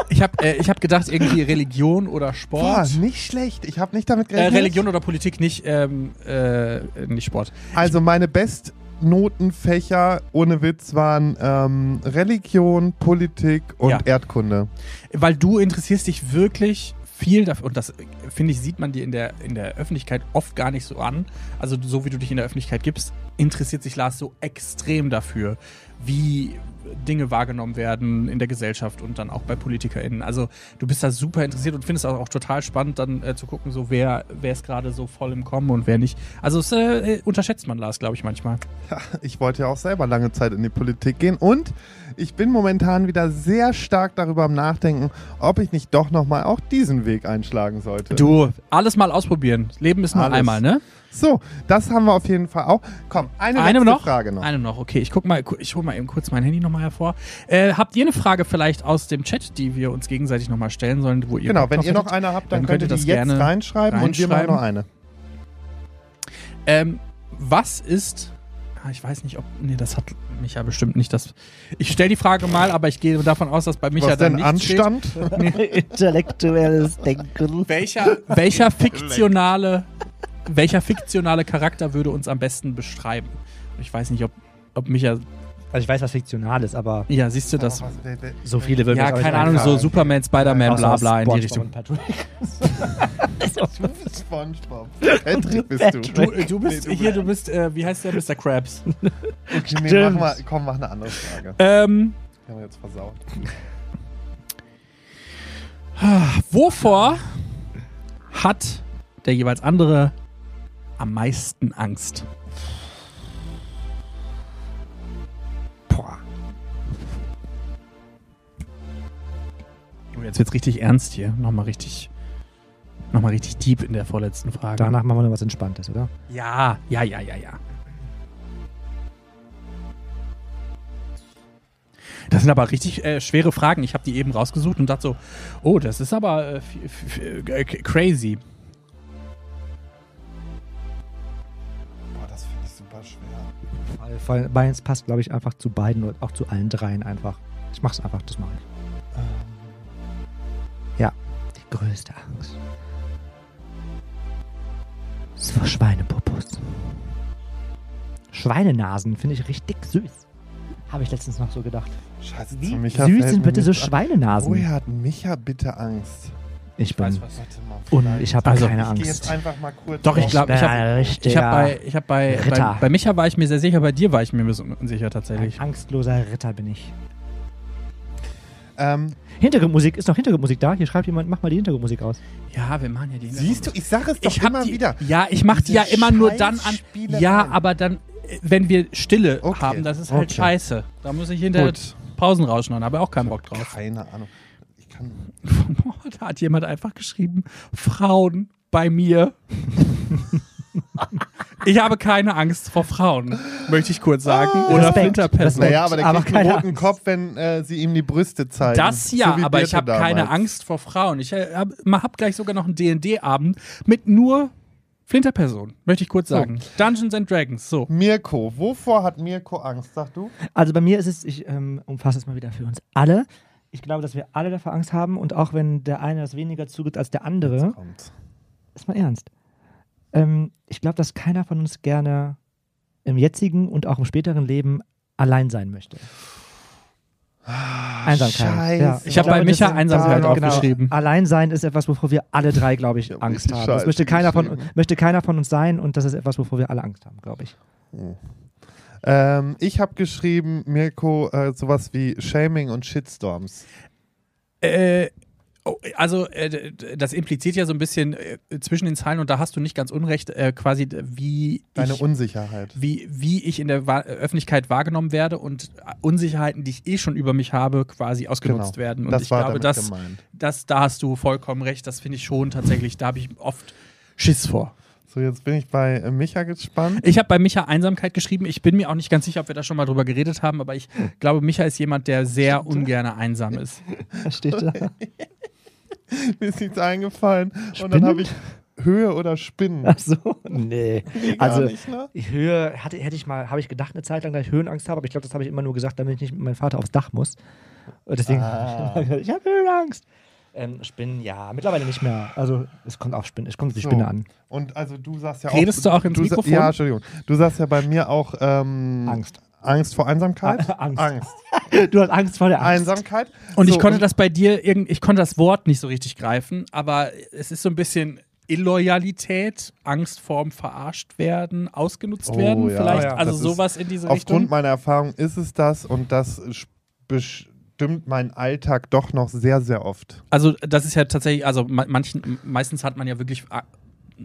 Ich habe äh, ich hab gedacht, irgendwie Religion oder
Boah,
Sport.
nicht schlecht. Ich habe nicht damit
äh,
gerechnet.
Religion oder Politik, nicht, ähm, äh, nicht Sport.
Also meine Bestnotenfächer ohne Witz waren ähm, Religion, Politik und
Ja.
Erdkunde.
Weil du interessierst dich wirklich viel dafür und das äh, finde ich sieht man dir in der in der Öffentlichkeit oft gar nicht so an. Also so wie du dich in der Öffentlichkeit gibst, interessiert sich Lars so extrem dafür, wie Dinge wahrgenommen werden in der Gesellschaft und dann auch bei PolitikerInnen. Also du bist da super interessiert und findest auch, auch total spannend, dann äh, zu gucken, so wer wer ist gerade so voll im Kommen und wer nicht. Also es äh, unterschätzt man Lars, glaube ich, manchmal.
Ich wollte ja auch selber lange Zeit in die Politik gehen und ich bin momentan wieder sehr stark darüber am Nachdenken, ob ich nicht doch nochmal auch diesen Weg einschlagen sollte.
Du, alles mal ausprobieren. Das Leben ist nur
Alles.
einmal, ne?
So, das haben wir auf jeden Fall auch. Komm, eine,
Eine
letzte
noch?
Frage noch.
Eine noch, okay. Ich guck mal, ich hole mal eben kurz mein Handy nochmal hervor. Äh, habt ihr eine Frage vielleicht aus dem Chat, die wir uns gegenseitig nochmal stellen sollen, wo ihr
Genau,
Bock
wenn
drauf
ihr noch
hättet?
eine habt, dann,
dann
könnt ihr
könnt ihr
die
das
jetzt
gerne
reinschreiben, und wir machen
reinschreiben.
noch eine.
Ähm, was ist. Ah, Ich weiß nicht, ob. Nee, das hat Micha bestimmt nicht. Das, ich stelle die Frage mal, aber ich gehe davon aus, dass bei Micha
Was
dann
denn
nichts steht.
Anstand?
Intellektuelles Denken.
Welcher, welcher fiktionale, welcher fiktionale Charakter würde uns am besten beschreiben? Ich weiß nicht, ob, ob Micha.
Also ich weiß, was fiktional ist, aber
Ja, siehst du
Oh,
das?
so viele würden
Ja,
jetzt auch
keine
nicht
Ahnung, so
einfallen.
Superman, Spider-Man, bla
Außer
bla in die
SpongeBob
Richtung.
und Patrick.
SpongeBob. Patrick bist du.
Du,
Patrick.
äh, du bist
Nee, du
hier, du bist, äh, wie heißt der, Mr. Krabs?
Okay, nee, mach
Stimmt.
mal, komm, mach eine andere Frage.
ähm,
Die haben wir jetzt versaut.
wovor hat der jeweils andere am meisten Angst? Boah. Oh, Jetzt wird's richtig ernst hier. Nochmal richtig, nochmal richtig deep in der vorletzten Frage.
Danach machen wir noch was Entspanntes, oder?
Ja, ja, ja, ja, ja. Das sind aber richtig äh, schwere Fragen. Ich habe die eben rausgesucht und dachte so, oh, das ist aber äh, f- f- f- äh, k- crazy.
Boah, das finde ich super schwer.
Weil- Weil meins passt, glaube ich, einfach zu beiden und auch zu allen dreien einfach. Ich mach's einfach, das mache ich.
Ähm.
Ja. Die größte Angst. Ist vor Schweinepopos. Schweinenasen finde ich richtig süß. Habe ich letztens noch so gedacht.
Scheiße,
Wie
zu Micha
süß
fällt
sind
mir
bitte so
nichts ein.
Oh
Schweinenasen?
Woher hat Micha bitte Angst?
Ich bin.
Warte mal.
Und
vielleicht-
ich habe
Also,
keine
Ich geh
Angst.
jetzt einfach mal kurz.
Doch, ich
auf-
glaube, ich
Ja,
habe
richtig,
ich hab
ja.
bei, ich hab bei,
Ritter.
bei, bei Micha war ich mir sehr sicher, bei dir war ich mir so unsicher tatsächlich.
Ein angstloser Ritter bin ich.
Ähm,
Hintergrundmusik, ist noch Hintergrundmusik da? Hier schreibt jemand, mach mal die Hintergrundmusik aus.
Ja, wir machen ja die.
siehst du, ich sage es doch
ich hab
immer
die,
wieder.
Ja, ich mache die ja
Diese
immer nur dann an.
Scheißspiele
Ja,
rein.
aber dann, äh, wenn wir Stille
Okay,
haben, das ist halt
okay.
scheiße. Da muss ich hinter
Gut.
Pausen rauschen, habe auch keinen Bock drauf.
Keine Ahnung. Ich kann.
Boah, da hat jemand einfach geschrieben, Frauen bei mir. ich habe keine Angst vor Frauen, möchte ich kurz sagen. Oder
Ah, Respekt.
Flinterpesten.
Naja, aber der
aber
kriegt einen
keine
roten
Angst.
Kopf, wenn äh, sie ihm die Brüste zeigen.
Das ja,
So wie
aber ich
Birte
habe keine
damals.
äh, Angst vor Frauen. Ich habe hab mal- hab gleich sogar noch einen D&D-Abend mit nur Flinterperson, möchte ich kurz sagen. Dungeons and Dragons, so.
Mirko, wovor hat Mirko Angst, sag du?
Also bei mir ist es, ich ähm, umfasse es mal wieder für uns alle. Ich glaube, dass wir alle davor Angst haben und auch wenn der eine das weniger zugibt als der andere,
Kommt.
ist mal ernst. Ähm, ich glaube, dass keiner von uns gerne im jetzigen und auch im späteren Leben allein sein möchte. Einsamkeit. Ja.
Scheiße.
Ich hab bei
glaube, das
Micha
sind-
Einsamkeit
ja,
aufgeschrieben.
Allein sein ist etwas, wovor wir alle drei, glaube ich,
Ich hab
Angst
richtig
haben. Das
Scheiße
möchte keiner, von,
geschrieben.
möchte keiner von uns sein und das ist etwas, wovor wir alle Angst haben, glaube ich.
Ähm, ich habe geschrieben, Mirko, äh, sowas wie Shaming und Shitstorms.
Äh, oh, also, äh, d- d- das impliziert ja so ein bisschen äh, zwischen den Zeilen, und da hast du nicht ganz unrecht, äh, quasi, d- wie
Deine
ich,
Unsicherheit.
wie, wie ich in der Wa Öffentlichkeit wahrgenommen werde und äh, Unsicherheiten, die ich eh schon über mich habe, quasi ausgenutzt werden. Und
Genau. das
ich
war
glaube,
damit
das,
gemeint.
das, da hast du vollkommen recht. Das finde ich schon tatsächlich, da habe ich oft Schiss vor.
So, jetzt bin ich bei äh, Micha gespannt.
Ich habe bei Micha Einsamkeit geschrieben. Ich bin mir auch nicht ganz sicher, ob wir da schon mal drüber geredet haben, aber ich
Hm.
glaube, Micha ist jemand, der sehr ungern einsam ist.
Das steht da.
Mir ist nichts eingefallen. Und
Spinnen?
dann habe ich Höhe oder Spinnen.
Ach so, nee.
Nee, gar
Also
nicht, ne?
ich Höhe hatte, hätte ich mal, habe ich gedacht eine Zeit lang, dass ich Höhenangst habe, aber ich glaube, das habe ich immer nur gesagt, damit ich nicht mit meinem Vater aufs Dach muss. Und deswegen
Ah.
habe ich gesagt, ich habe Höhenangst. Ähm, Spinnen, ja, mittlerweile nicht mehr. Also es kommt auf Spinnen, es kommt auf die
So.
Spinne an.
Und also du sagst ja auch.
Redest du auch ins
du sa-
Mikrofon?
Ja, Entschuldigung. Du sagst ja bei mir auch ähm,
Angst.
Angst vor Einsamkeit.
Ah, Angst.
Angst.
Du hast Angst vor der Angst.
Einsamkeit.
Und ich
So,
konnte das bei dir, irgend, ich konnte das Wort nicht so richtig greifen, aber es ist so ein bisschen Illoyalität, Angst vorm verarscht werden, ausgenutzt
Oh,
werden,
ja.
vielleicht.
Oh, ja.
Also
Das ist
sowas in diese
Aufgrund
Richtung.
meiner Erfahrung ist es das und das sch- bestimmt meinen Alltag doch noch sehr, sehr oft.
Also das ist ja tatsächlich, also ma- manchen, meistens hat man ja wirklich a-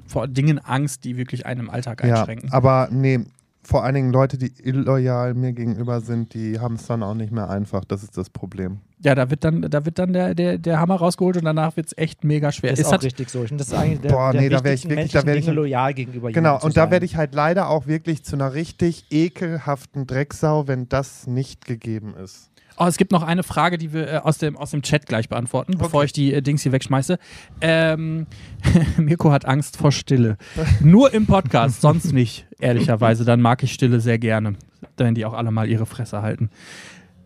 vor Dingen Angst, die wirklich einen im Alltag einschränken.
Ja, aber nee, vor allen Dingen Leute, die illoyal mir gegenüber sind, die haben es dann auch nicht mehr einfach. Das ist das Problem.
Ja, da wird dann, da wird dann der, der, der Hammer rausgeholt und danach wird es echt mega schwer.
Ist,
Es
auch
hat-
richtig so. Ich finde, das ist eigentlich der,
Boah,
der
nee, da wär ich
wichtigsten
wirklich- da wär
menschlichen
ich-
Dinge, loyal gegenüber
Genau,
jemandem
und
zu
da
sein.
werde ich halt leider auch wirklich zu einer richtig ekelhaften Drecksau, wenn das nicht gegeben ist.
Oh, es gibt noch eine Frage, die wir äh, aus, dem, aus dem Chat gleich beantworten, bevor ich die äh, Dings hier wegschmeiße. Ähm, Mirko hat Angst vor Stille. Nur im Podcast, sonst nicht, ehrlicherweise. Dann mag ich Stille sehr gerne, wenn die auch alle mal ihre Fresse halten.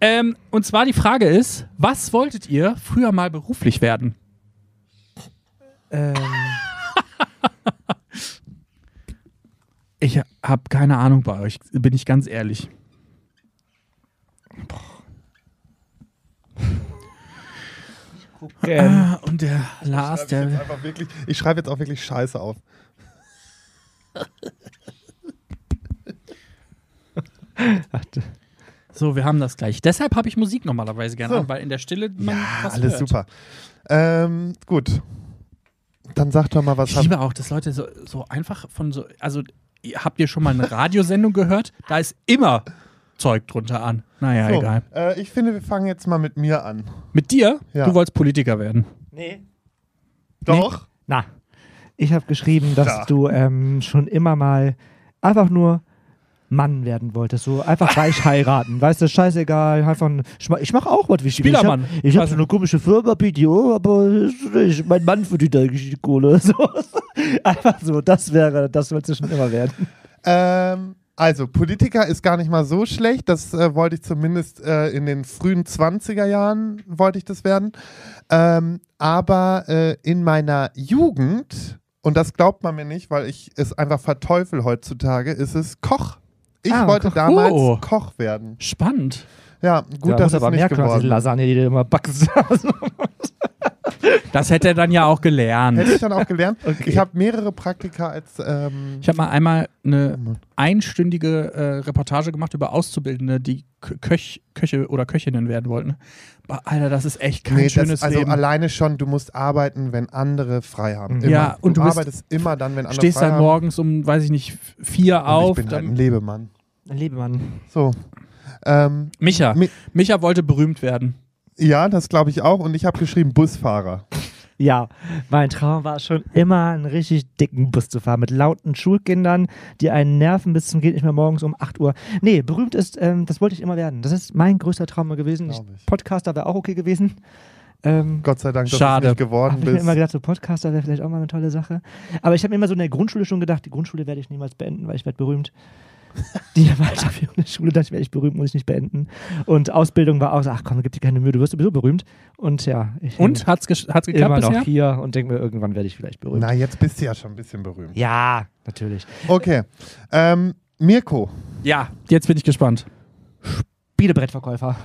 Ähm, und zwar die Frage ist, was wolltet ihr früher mal beruflich werden?
Ähm,
Ich habe keine Ahnung bei euch, bin ich ganz ehrlich.
ähm,
Ah, und der Lars,
Schreibe ich, jetzt
der...
einfach wirklich, ich schreibe jetzt auch wirklich Scheiße auf.
So, wir haben das gleich. Deshalb habe ich Musik normalerweise gerne
So.
an, weil in der Stille man
Ja,
was
alles
hört.
super. Ähm, gut. Dann sag doch mal, was
Ich
haben
liebe auch, dass Leute so, so einfach von so. Also, ihr- habt ihr schon mal eine Radiosendung gehört? Da ist immer Zeug drunter an. Naja,
So,
egal.
Äh, ich finde, wir fangen jetzt mal mit mir an.
Mit dir?
Ja.
Du wolltest Politiker werden.
nee.
Doch?
Na, ich habe geschrieben, dass
Da.
du ähm, schon immer mal einfach nur Mann werden wolltest. So einfach weich heiraten. Weißt du, scheißegal. Einfach ein Schma- ich mache auch was Wichtiges.
Spielermann.
Ich habe hab so eine komische Firma, PTO, aber ich, mein Mann verdient eigentlich die Kohle. So. Einfach so, das wäre, das wolltest du schon immer werden.
Ähm, also, Politiker ist gar nicht mal so schlecht. Das äh, wollte ich zumindest äh, in den frühen 20er Jahren, wollte ich das werden. Ähm, aber äh, in meiner Jugend, und das glaubt man mir nicht, weil ich es einfach verteufel heutzutage, ist es Koch. Ich
Ah,
wollte
Koch.
damals
Oh.
Koch werden.
Spannend.
Ja, gut,
da
dass
muss
es
aber
nicht
mehr quasi die
geworden ist.
Lasagne, die du immer backst.
Das hätte er dann ja auch
Hätte
gelernt.
ich dann auch gelernt.
Okay.
Ich habe mehrere Praktika als ähm,
Ich habe mal einmal eine
Mann.
einstündige äh, Reportage gemacht über Auszubildende, die Kö- Köch, Köche oder Köchinnen werden wollten. Aber, Alter, das ist echt kein schönes
das, also
Leben.
alleine schon, du musst arbeiten, wenn andere frei haben.
Mhm.
Immer.
Ja, und
du,
du bist-
arbeitest immer dann, wenn andere
Stehst
frei
dann
haben.
morgens um, weiß ich nicht, vier
Und
auf.
ich bin halt
dann-
ein Lebemann.
Liebe Mann.
So. Ähm,
Micha.
Mi-
Micha wollte berühmt werden.
ja, das glaube ich auch. Und ich habe geschrieben Busfahrer.
Ja, mein Traum war schon immer, einen richtig dicken Bus zu fahren mit lauten Schulkindern, die einen nerven bis zum geht nicht mehr morgens um 8 Uhr. Nee, berühmt ist, ähm, das wollte ich immer werden. Das ist mein größter Traum gewesen. Ich,
Glaub ich.
Podcaster wäre auch okay gewesen. Ähm,
Gott sei Dank, dass
Schade.
du nicht geworden
habe ich mir
bist.
immer gedacht, so Podcaster wäre vielleicht auch mal eine tolle Sache. Aber ich habe mir immer so in der Grundschule schon gedacht, die Grundschule werde ich niemals beenden, weil ich werde berühmt. Die Weiterführung der Schule dachte ich, werde ich berühmt, muss ich nicht beenden. Und Ausbildung war auch so, ach komm, gib dir keine Mühe, du wirst sowieso berühmt. Und ja, ich
Hm.
Und? Hat's, gesch- hat's
bin immer
geklappt
noch
bisher?
hier und denke mir, irgendwann werde ich vielleicht berühmt.
Na, jetzt bist du ja schon ein bisschen berühmt.
Ja, natürlich.
Okay. Ähm, Mirko,
Ja, jetzt bin ich gespannt.
Spielebrettverkäufer.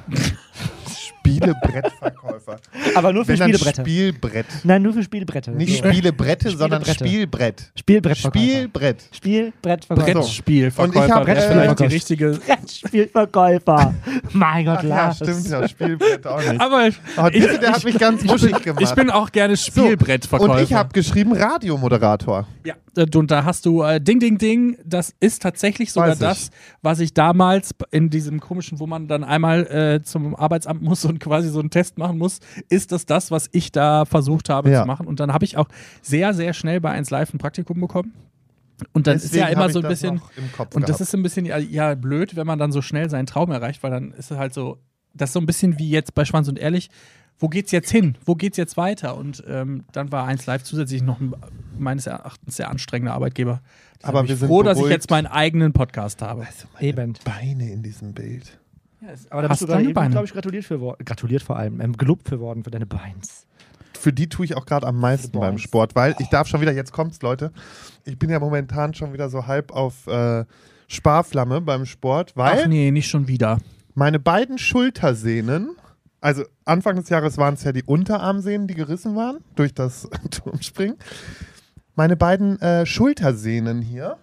Spielebrettverkäufer.
Aber nur für
Wenn dann
Spielbretter.
Spielbrett.
Nein, nur für Spielbrette.
Nicht
so.
Spielebrette, sondern Spielbrett.
Spielbrettverkäufer.
Spielbrett.
Spielbrettverkäufer.
Brettspiel,
Also. Und ich hab,
Verkäufer, wäre
äh,
vielleicht die
Brettspiel-
richtige.
Brettspielverkäufer. mein Gott,
Ach ja,
Lars.
stimmt ja, Spielbrett auch nicht.
Aber ich,
Oh,
ich,
bitte, der hat mich ganz muschig gemacht.
ich bin auch gerne
So,
Spielbrettverkäufer.
Und ich habe geschrieben Radiomoderator.
Ja, äh, und da hast du äh, Ding, Ding, Ding. Das ist tatsächlich sogar
Weiß ich.
das, was ich damals b- in diesem komischen, wo man dann einmal äh, zum Arbeitsamt muss und quasi so einen Test machen muss, ist das das, was ich da versucht habe
Ja.
zu machen. Und dann habe ich auch sehr, sehr schnell bei 1 Live ein Praktikum bekommen. Und dann ist ja
Deswegen
immer
hab
so
ich
ein
das
bisschen.
noch Im Kopf
Und das
gehabt.
ist ein bisschen ja, ja blöd, wenn man dann so schnell seinen Traum erreicht, weil dann ist es halt so, das ist so ein bisschen wie jetzt bei Schwanz und Ehrlich, wo geht's jetzt hin? Wo geht's jetzt weiter? Und ähm, dann war 1 Live zusätzlich noch ein, meines Erachtens sehr anstrengender Arbeitgeber. Deshalb
Aber
bin
wir
ich
sind
froh, dass ich
beruhigt.
jetzt meinen eigenen Podcast habe.
Also meine
Eben.
Beine in diesem Bild.
Aber da
Hast
bist du
du deine
gerade eben,
Beine?
glaube ich, gratuliert für wor- gratuliert vor allem, ähm, gelobt für worden für deine Beins.
Für die tue ich auch gerade am meisten
Boah,
beim
jetzt-
Sport, weil
Oh.
ich darf schon wieder, jetzt kommt's, Leute. Ich bin ja momentan schon wieder so halb auf äh, Sparflamme beim Sport, weil
Ach nee, nicht schon wieder.
meine beiden Schultersehnen, also Anfang des Jahres waren es ja die Unterarmsehnen, die gerissen waren durch das Turmspringen. Meine beiden äh, Schultersehnen hier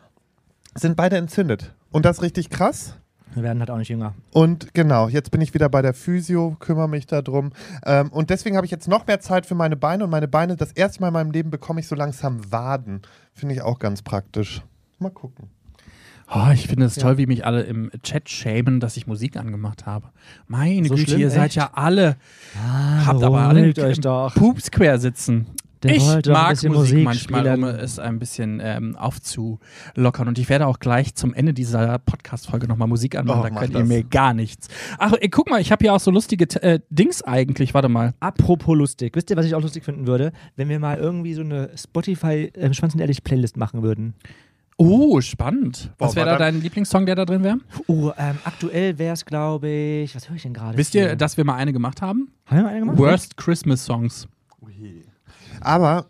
sind beide entzündet. Und das richtig krass.
Wir werden halt auch nicht jünger.
Und genau, jetzt bin ich wieder bei der Physio, kümmere mich darum. Ähm, und deswegen habe ich jetzt noch mehr Zeit für meine Beine. Und meine Beine, das erste Mal in meinem Leben bekomme ich so langsam Waden. Finde ich auch ganz praktisch. Mal gucken.
Oh, ich finde es
Ja.
toll, wie mich alle im Chat schämen, dass ich Musik angemacht habe. Meine
So
Güte,
schlimm,
ihr seid
echt?
ja alle,
Ah,
habt aber alle
beruhigt euch doch.
Pups quer sitzen.
Der
ich
wollte doch ein
mag Musik,
bisschen Musik
manchmal,
spielen.
um es ein bisschen ähm, aufzulockern. Und ich werde auch gleich zum Ende dieser Podcast-Folge nochmal Musik anmachen.
Oh,
da
mach
könnt ihr
das.
mir gar nichts. Ach, ey, guck mal, ich habe hier auch so lustige T- äh, Dings eigentlich. Warte mal.
Apropos lustig, wisst ihr, was ich auch lustig finden würde? Wenn wir mal irgendwie so eine Spotify ähm, Schwanz und ehrlich Playlist machen würden.
Oh, spannend. Was
Boah,
wäre
war
da
da-
dein Lieblingssong, der da drin wäre?
Oh, ähm, aktuell wäre es, glaube ich. Was höre ich denn gerade?
Wisst ihr,
hier?
dass wir mal eine gemacht haben?
haben wir mal eine gemacht?
Worst Christmas Songs.
Aber,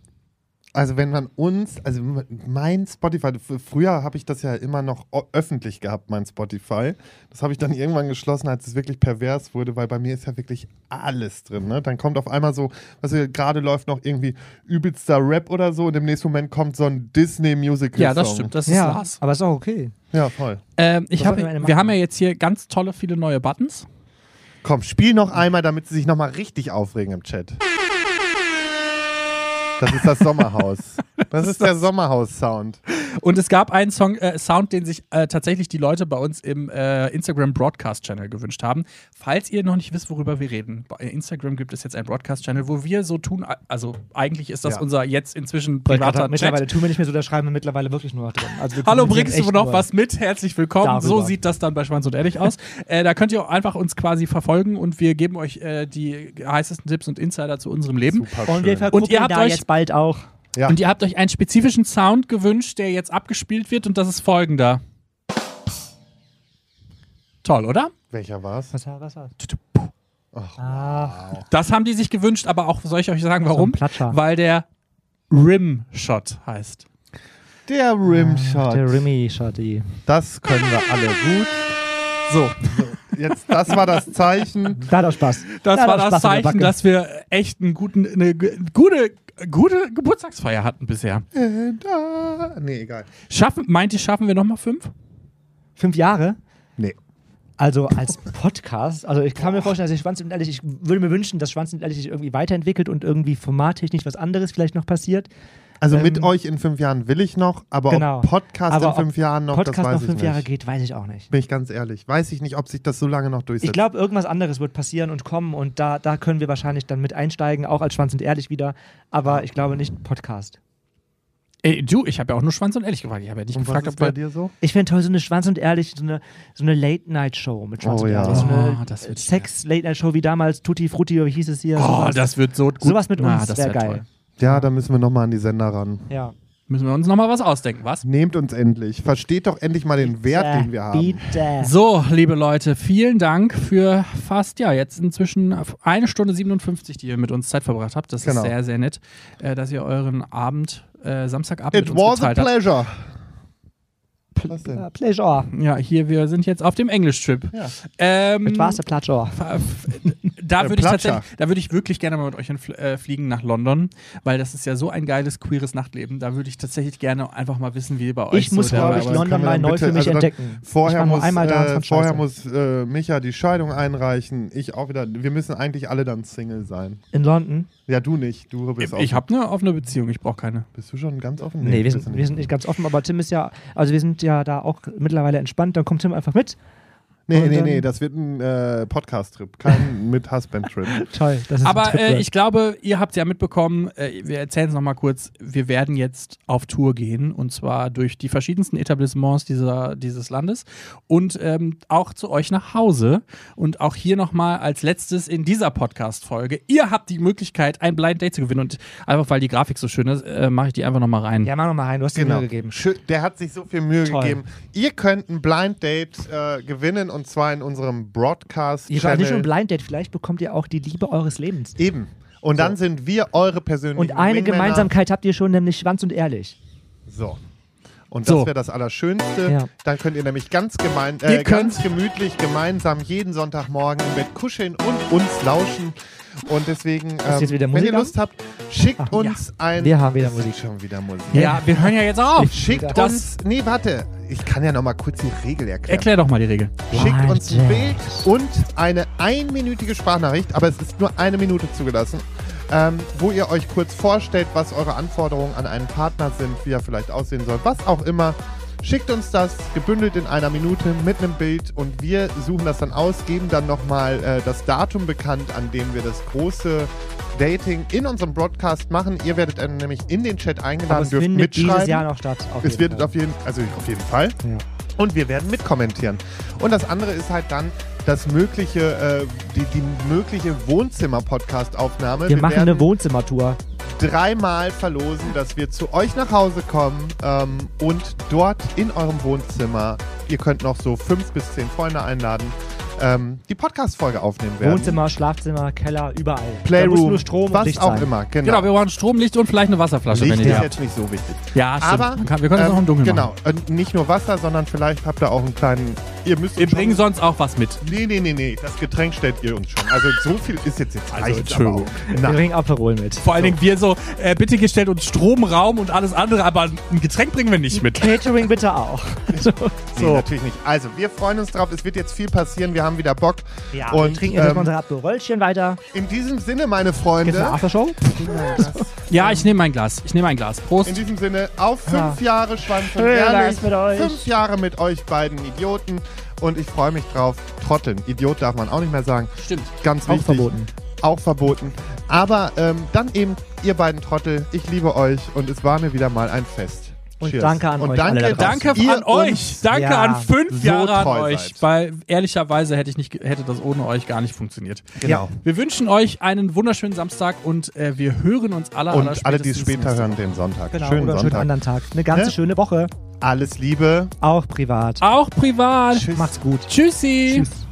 also wenn man uns, also m- mein Spotify, f- früher habe ich das ja immer noch o- öffentlich gehabt, mein Spotify. Das habe ich dann irgendwann geschlossen, als es wirklich pervers wurde, weil bei mir ist ja wirklich alles drin. Ne? Dann kommt auf einmal so, also gerade läuft noch irgendwie übelster Rap oder so und im nächsten Moment kommt so ein Disney-Musical.
Ja, das stimmt. Das ist
Ja,
Lars.
aber ist auch okay.
Ja, voll.
Ähm, ich
Das
hab,
sollten wir eine
wir
machen.
haben ja jetzt hier ganz tolle, viele neue Buttons.
Komm, spiel noch einmal, damit sie sich nochmal richtig aufregen im Chat. Das ist das Sommerhaus. Das ist der Sommerhaus-Sound.
Und es gab einen Song, äh, Sound, den sich äh, tatsächlich die Leute bei uns im äh, Instagram Broadcast Channel gewünscht haben. Falls ihr noch nicht wisst, worüber wir reden, bei Instagram gibt es jetzt einen Broadcast Channel, wo wir so tun, a- also eigentlich ist das
Ja.
unser jetzt inzwischen
Weil gerade
privater
mittlerweile
Chat.
tun wir nicht mehr so, da schreiben wir mittlerweile wirklich nur noch drin. Also wir
Hallo,
kommentieren
bringst du
echt
noch
nur.
was mit? Herzlich willkommen. So
Darüber.
sieht das dann bei Schwanz und Ehrlich aus. äh, da könnt ihr auch einfach uns quasi verfolgen und wir geben euch äh, die heißesten Tipps und Insider zu unserem Leben.
Super
Und wir
schön.
verkuppeln
Und ihr habt
da
euch-
jetzt bald auch.
Ja.
Und ihr habt euch einen spezifischen Sound gewünscht, der jetzt abgespielt wird und das ist folgender. Toll, oder?
Welcher war's?
Was war was? war-
Ach,
Ah,
Das haben die sich gewünscht, aber auch soll ich euch sagen,
so ein
warum?
Platscher.
Weil der Rim-Shot heißt.
Der Rimshot.
Der Rimmy Shotty.
das können wir alle gut.
So,
Jetzt, das war das Zeichen.
Da hat auch Spaß.
das
Da hat
war das
auch Spaß in der
Zeichen,
Backe.
dass wir echt einen guten, eine g- gute, gute Geburtstagsfeier hatten bisher.
And I- nee, egal.
Schaffen, meint ihr, schaffen wir nochmal fünf?
Fünf Jahre?
Nee.
Also als Podcast, also ich kann mir vorstellen, dass ich Schwanz und Ehrlich, ich würde mir wünschen, dass Schwanz und Ehrlich sich irgendwie weiterentwickelt und irgendwie formattechnisch was anderes vielleicht noch passiert.
Also mit
Ähm,
euch in fünf Jahren will ich noch, aber
genau.
ob Podcast
Aber
in fünf
ob
Jahren noch, das
Podcast
weiß
noch
ich
fünf
nicht.
Jahre geht, weiß ich auch nicht.
Bin ich ganz ehrlich. Weiß ich nicht, ob sich das so lange noch durchsetzt.
Ich glaube, irgendwas anderes wird passieren und kommen und da, da können wir wahrscheinlich dann mit einsteigen, auch als Schwanz und Ehrlich wieder. Aber ich glaube nicht Podcast.
Ey, Äh, du, ich habe ja auch nur Schwanz und ehrlich gefragt. Ich habe ja nicht
Und was
gefragt,
ist
ob
bei
wir.
dir so?
Ich fände toll, so eine Schwanz und ehrlich, so eine, so eine Late-Night-Show mit Schwanz
Oh
und
ja.
ehrlich. So eine
Oh, das wird
Sex-Late-Night-Show wie damals Tutti Frutti, oder wie hieß es hier?
Oh,
sowas.
das wird so gut.
Sowas mit
Na,
uns
das
wär
wär
geil.
Toll.
Ja, da müssen wir nochmal an die Sender ran.
ja.
Müssen wir uns nochmal was ausdenken, was?
Nehmt uns endlich. Versteht doch endlich mal den Wert,
Äh,
den wir haben.
Bitte.
So, liebe Leute, vielen Dank für fast, ja, jetzt inzwischen eine Stunde 57, die ihr mit uns Zeit verbracht habt. Das
Genau.
ist sehr, sehr nett, äh, dass ihr euren Abend, äh, Samstagabend
It
mit uns
was a
geteilt habt.
pleasure. Was denn?
Äh, Pleasure.
Hm.
Ja, hier, wir sind jetzt auf dem Englisch-Trip.
Ja.
Ähm,
Mit was? Pleasure.
fa- f- Da
Äh,
würde ich
Platscher.
tatsächlich, da würde ich wirklich gerne mal mit euch hinfl- äh, fliegen nach London, weil das ist ja so ein geiles queeres Nachtleben. Da würde ich tatsächlich gerne einfach mal wissen, wie bei euch
Ich muss,
so
glaub
der,
ich,
aber das
London
kann man
mal
dann
neu
bitte-
für mich
also dann
entdecken. ich
Vorher
war nur
muss,
einmal da, das
äh,
fand ich
vorher
scheiße.
muss äh, Micha die Scheidung einreichen. Ich auch wieder. Wir müssen eigentlich alle dann Single sein.
In London?
Ja, du nicht. Du bist
Ich,
auch.
ich habe eine offene Beziehung, ich brauche keine.
bist du schon ganz offen?
Nee, wir, sind, wir sind nicht ganz offen, aber Tim ist ja, also wir sind ja da auch mittlerweile entspannt. Dann kommt Tim einfach mit.
nee,
und
nee,
dann-
nee, das wird ein äh, Podcast-Trip, kein mit Husband-Trip.
Toll, das ist ein
Aber
Trip
äh,
wert.
ich glaube, ihr habt es ja mitbekommen, äh, wir erzählen es nochmal kurz, wir werden jetzt auf Tour gehen und zwar durch die verschiedensten Etablissements dieser, dieses Landes und ähm, auch zu euch nach Hause. Und auch hier nochmal als letztes in dieser Podcast-Folge, ihr habt die Möglichkeit, ein Blind Date zu gewinnen und einfach weil die Grafik so schön ist, äh, mache ich die einfach nochmal rein.
Ja, mach nochmal rein, du hast genau.
Genau.
mir gegeben.
Schö- Der hat sich so viel Mühe
Toll.
gegeben. Ihr könnt ein Blind Date äh, gewinnen und zwar in unserem Broadcast.
Ihr seid
Channel.
nicht nur ein Blind Date, vielleicht bekommt ihr auch die Liebe eures Lebens.
Eben. Und dann sind wir eure persönlichen
Und eine
Wingmänner.
Gemeinsamkeit habt ihr schon, nämlich Schwanz und Ehrlich.
So. Und
So.
das wäre das Allerschönste.
Ja.
Dann könnt ihr nämlich ganz, gemein,
Ihr
äh, ganz gemütlich gemeinsam jeden Sonntagmorgen im Bett kuscheln und uns lauschen. Und deswegen, ähm,
jetzt wieder
wenn
Musik
ihr
an?
Lust habt, schickt
Ach,
uns ein.
Wir haben wieder
Es ist
Musik.
Schon wieder Musik. Oh,
Ja, wir hören ja jetzt auf.
Schickt
Das-
uns. Nee, warte. Ich kann ja nochmal kurz die Regel erklären.
Erklär doch mal die Regel.
Schickt uns ein
Blind
Bild und eine einminütige Sprachnachricht, aber es ist nur eine Minute zugelassen, ähm, wo ihr euch kurz vorstellt, was eure Anforderungen an einen Partner sind, wie er vielleicht aussehen soll, was auch immer. Schickt uns das gebündelt in einer Minute mit einem Bild und wir suchen das dann aus, geben dann nochmal äh, das Datum bekannt, an dem wir das große Dating in unserem Broadcast machen. Ihr werdet dann nämlich in den Chat
Aber
eingeladen,
es
dürft
findet
mitschreiben.
dieses Jahr noch statt. auf
Es
jeden
wird
Fall.
auf jeden, also auf jeden Fall.
Ja.
Und wir werden mitkommentieren. Und das andere ist halt dann das mögliche, äh, die, die mögliche Wohnzimmer-Podcast-Aufnahme.
Wir machen
werden
eine Wohnzimmertour.
dreimal verlosen, dass wir zu euch nach Hause kommen ähm, und dort in eurem Wohnzimmer, ihr könnt noch so fünf bis zehn Freunde einladen, ähm, die Podcast-Folge aufnehmen werden.
Wohnzimmer, Schlafzimmer, Keller, überall. Da muss
Playroom,
nur Strom
was
und Licht
auch
sein.
immer. Genau.
Genau, wir brauchen Strom, Licht und vielleicht eine Wasserflasche,
Licht
wenn ihr
ist
die habt.
jetzt nicht so wichtig.
Ja, stimmt.
Aber
Man kann, wir können es
ähm,
auch im Dunkeln machen.
Genau, und nicht nur Wasser, sondern vielleicht habt ihr auch einen kleinen. Ihr müsst
Wir
uns schon-
bringen sonst auch was mit.
Nee, nee, nee, nee, das Getränk stellt ihr uns schon. Also so viel ist jetzt jetzt
Also,
reicht's aber auch.
Wir
Na,
bringen Aperol mit.
Vor allen Dingen wir so, äh, bitte gestellt uns Strom, Raum und alles andere, aber ein Getränk bringen wir nicht mit.
Catering bitte auch. so.
nee, natürlich nicht. Also, wir freuen uns drauf. Es wird jetzt viel passieren. Wir haben wieder Bock.
Ja,
und
wir trinken jetzt erstmal
ähm,
unsere Aperolchen weiter.
in diesem Sinne, meine
Geht's eine
Genau,
Freunde,
Aftershow?
Ja, ich nehme ein Glas. Ich nehme ein Glas.
in
Prost.
diesem Sinne, auf fünf Jahre Schwanz und
Schön war's
Ehrlich.
mit euch.
Fünf Jahre mit euch beiden Idioten. Und ich freue mich drauf. Trotteln. Idiot darf man auch nicht mehr sagen.
Stimmt.
Ganz
Auch
wichtig.
verboten.
Auch verboten. Aber ähm, dann eben, ihr beiden Trottel, ich liebe euch und es war mir wieder mal ein Fest.
Und danke an
und
euch
Danke,
alle da draußen.
Danke
dass ihr
an euch.
uns
Danke
Ja.
an fünf
So
Jahre an
treu
euch.
seid.
Weil ehrlicherweise hätte ich nicht, ge- hätte das ohne euch gar nicht funktioniert.
Genau.
Wir wünschen euch einen wunderschönen Samstag und äh, wir hören uns alle
Und alle, die es
allerspätestens
später
nächste
hören, den Sonntag.
Genau,
Schönen
oder einen schönen
Sonntag.
anderen Tag. Eine ganze
Ne?
schöne Woche.
Alles Liebe.
Auch privat.
Woche. Auch privat.
Tschüss.
Macht's gut.
Tschüssi.
Tschüss.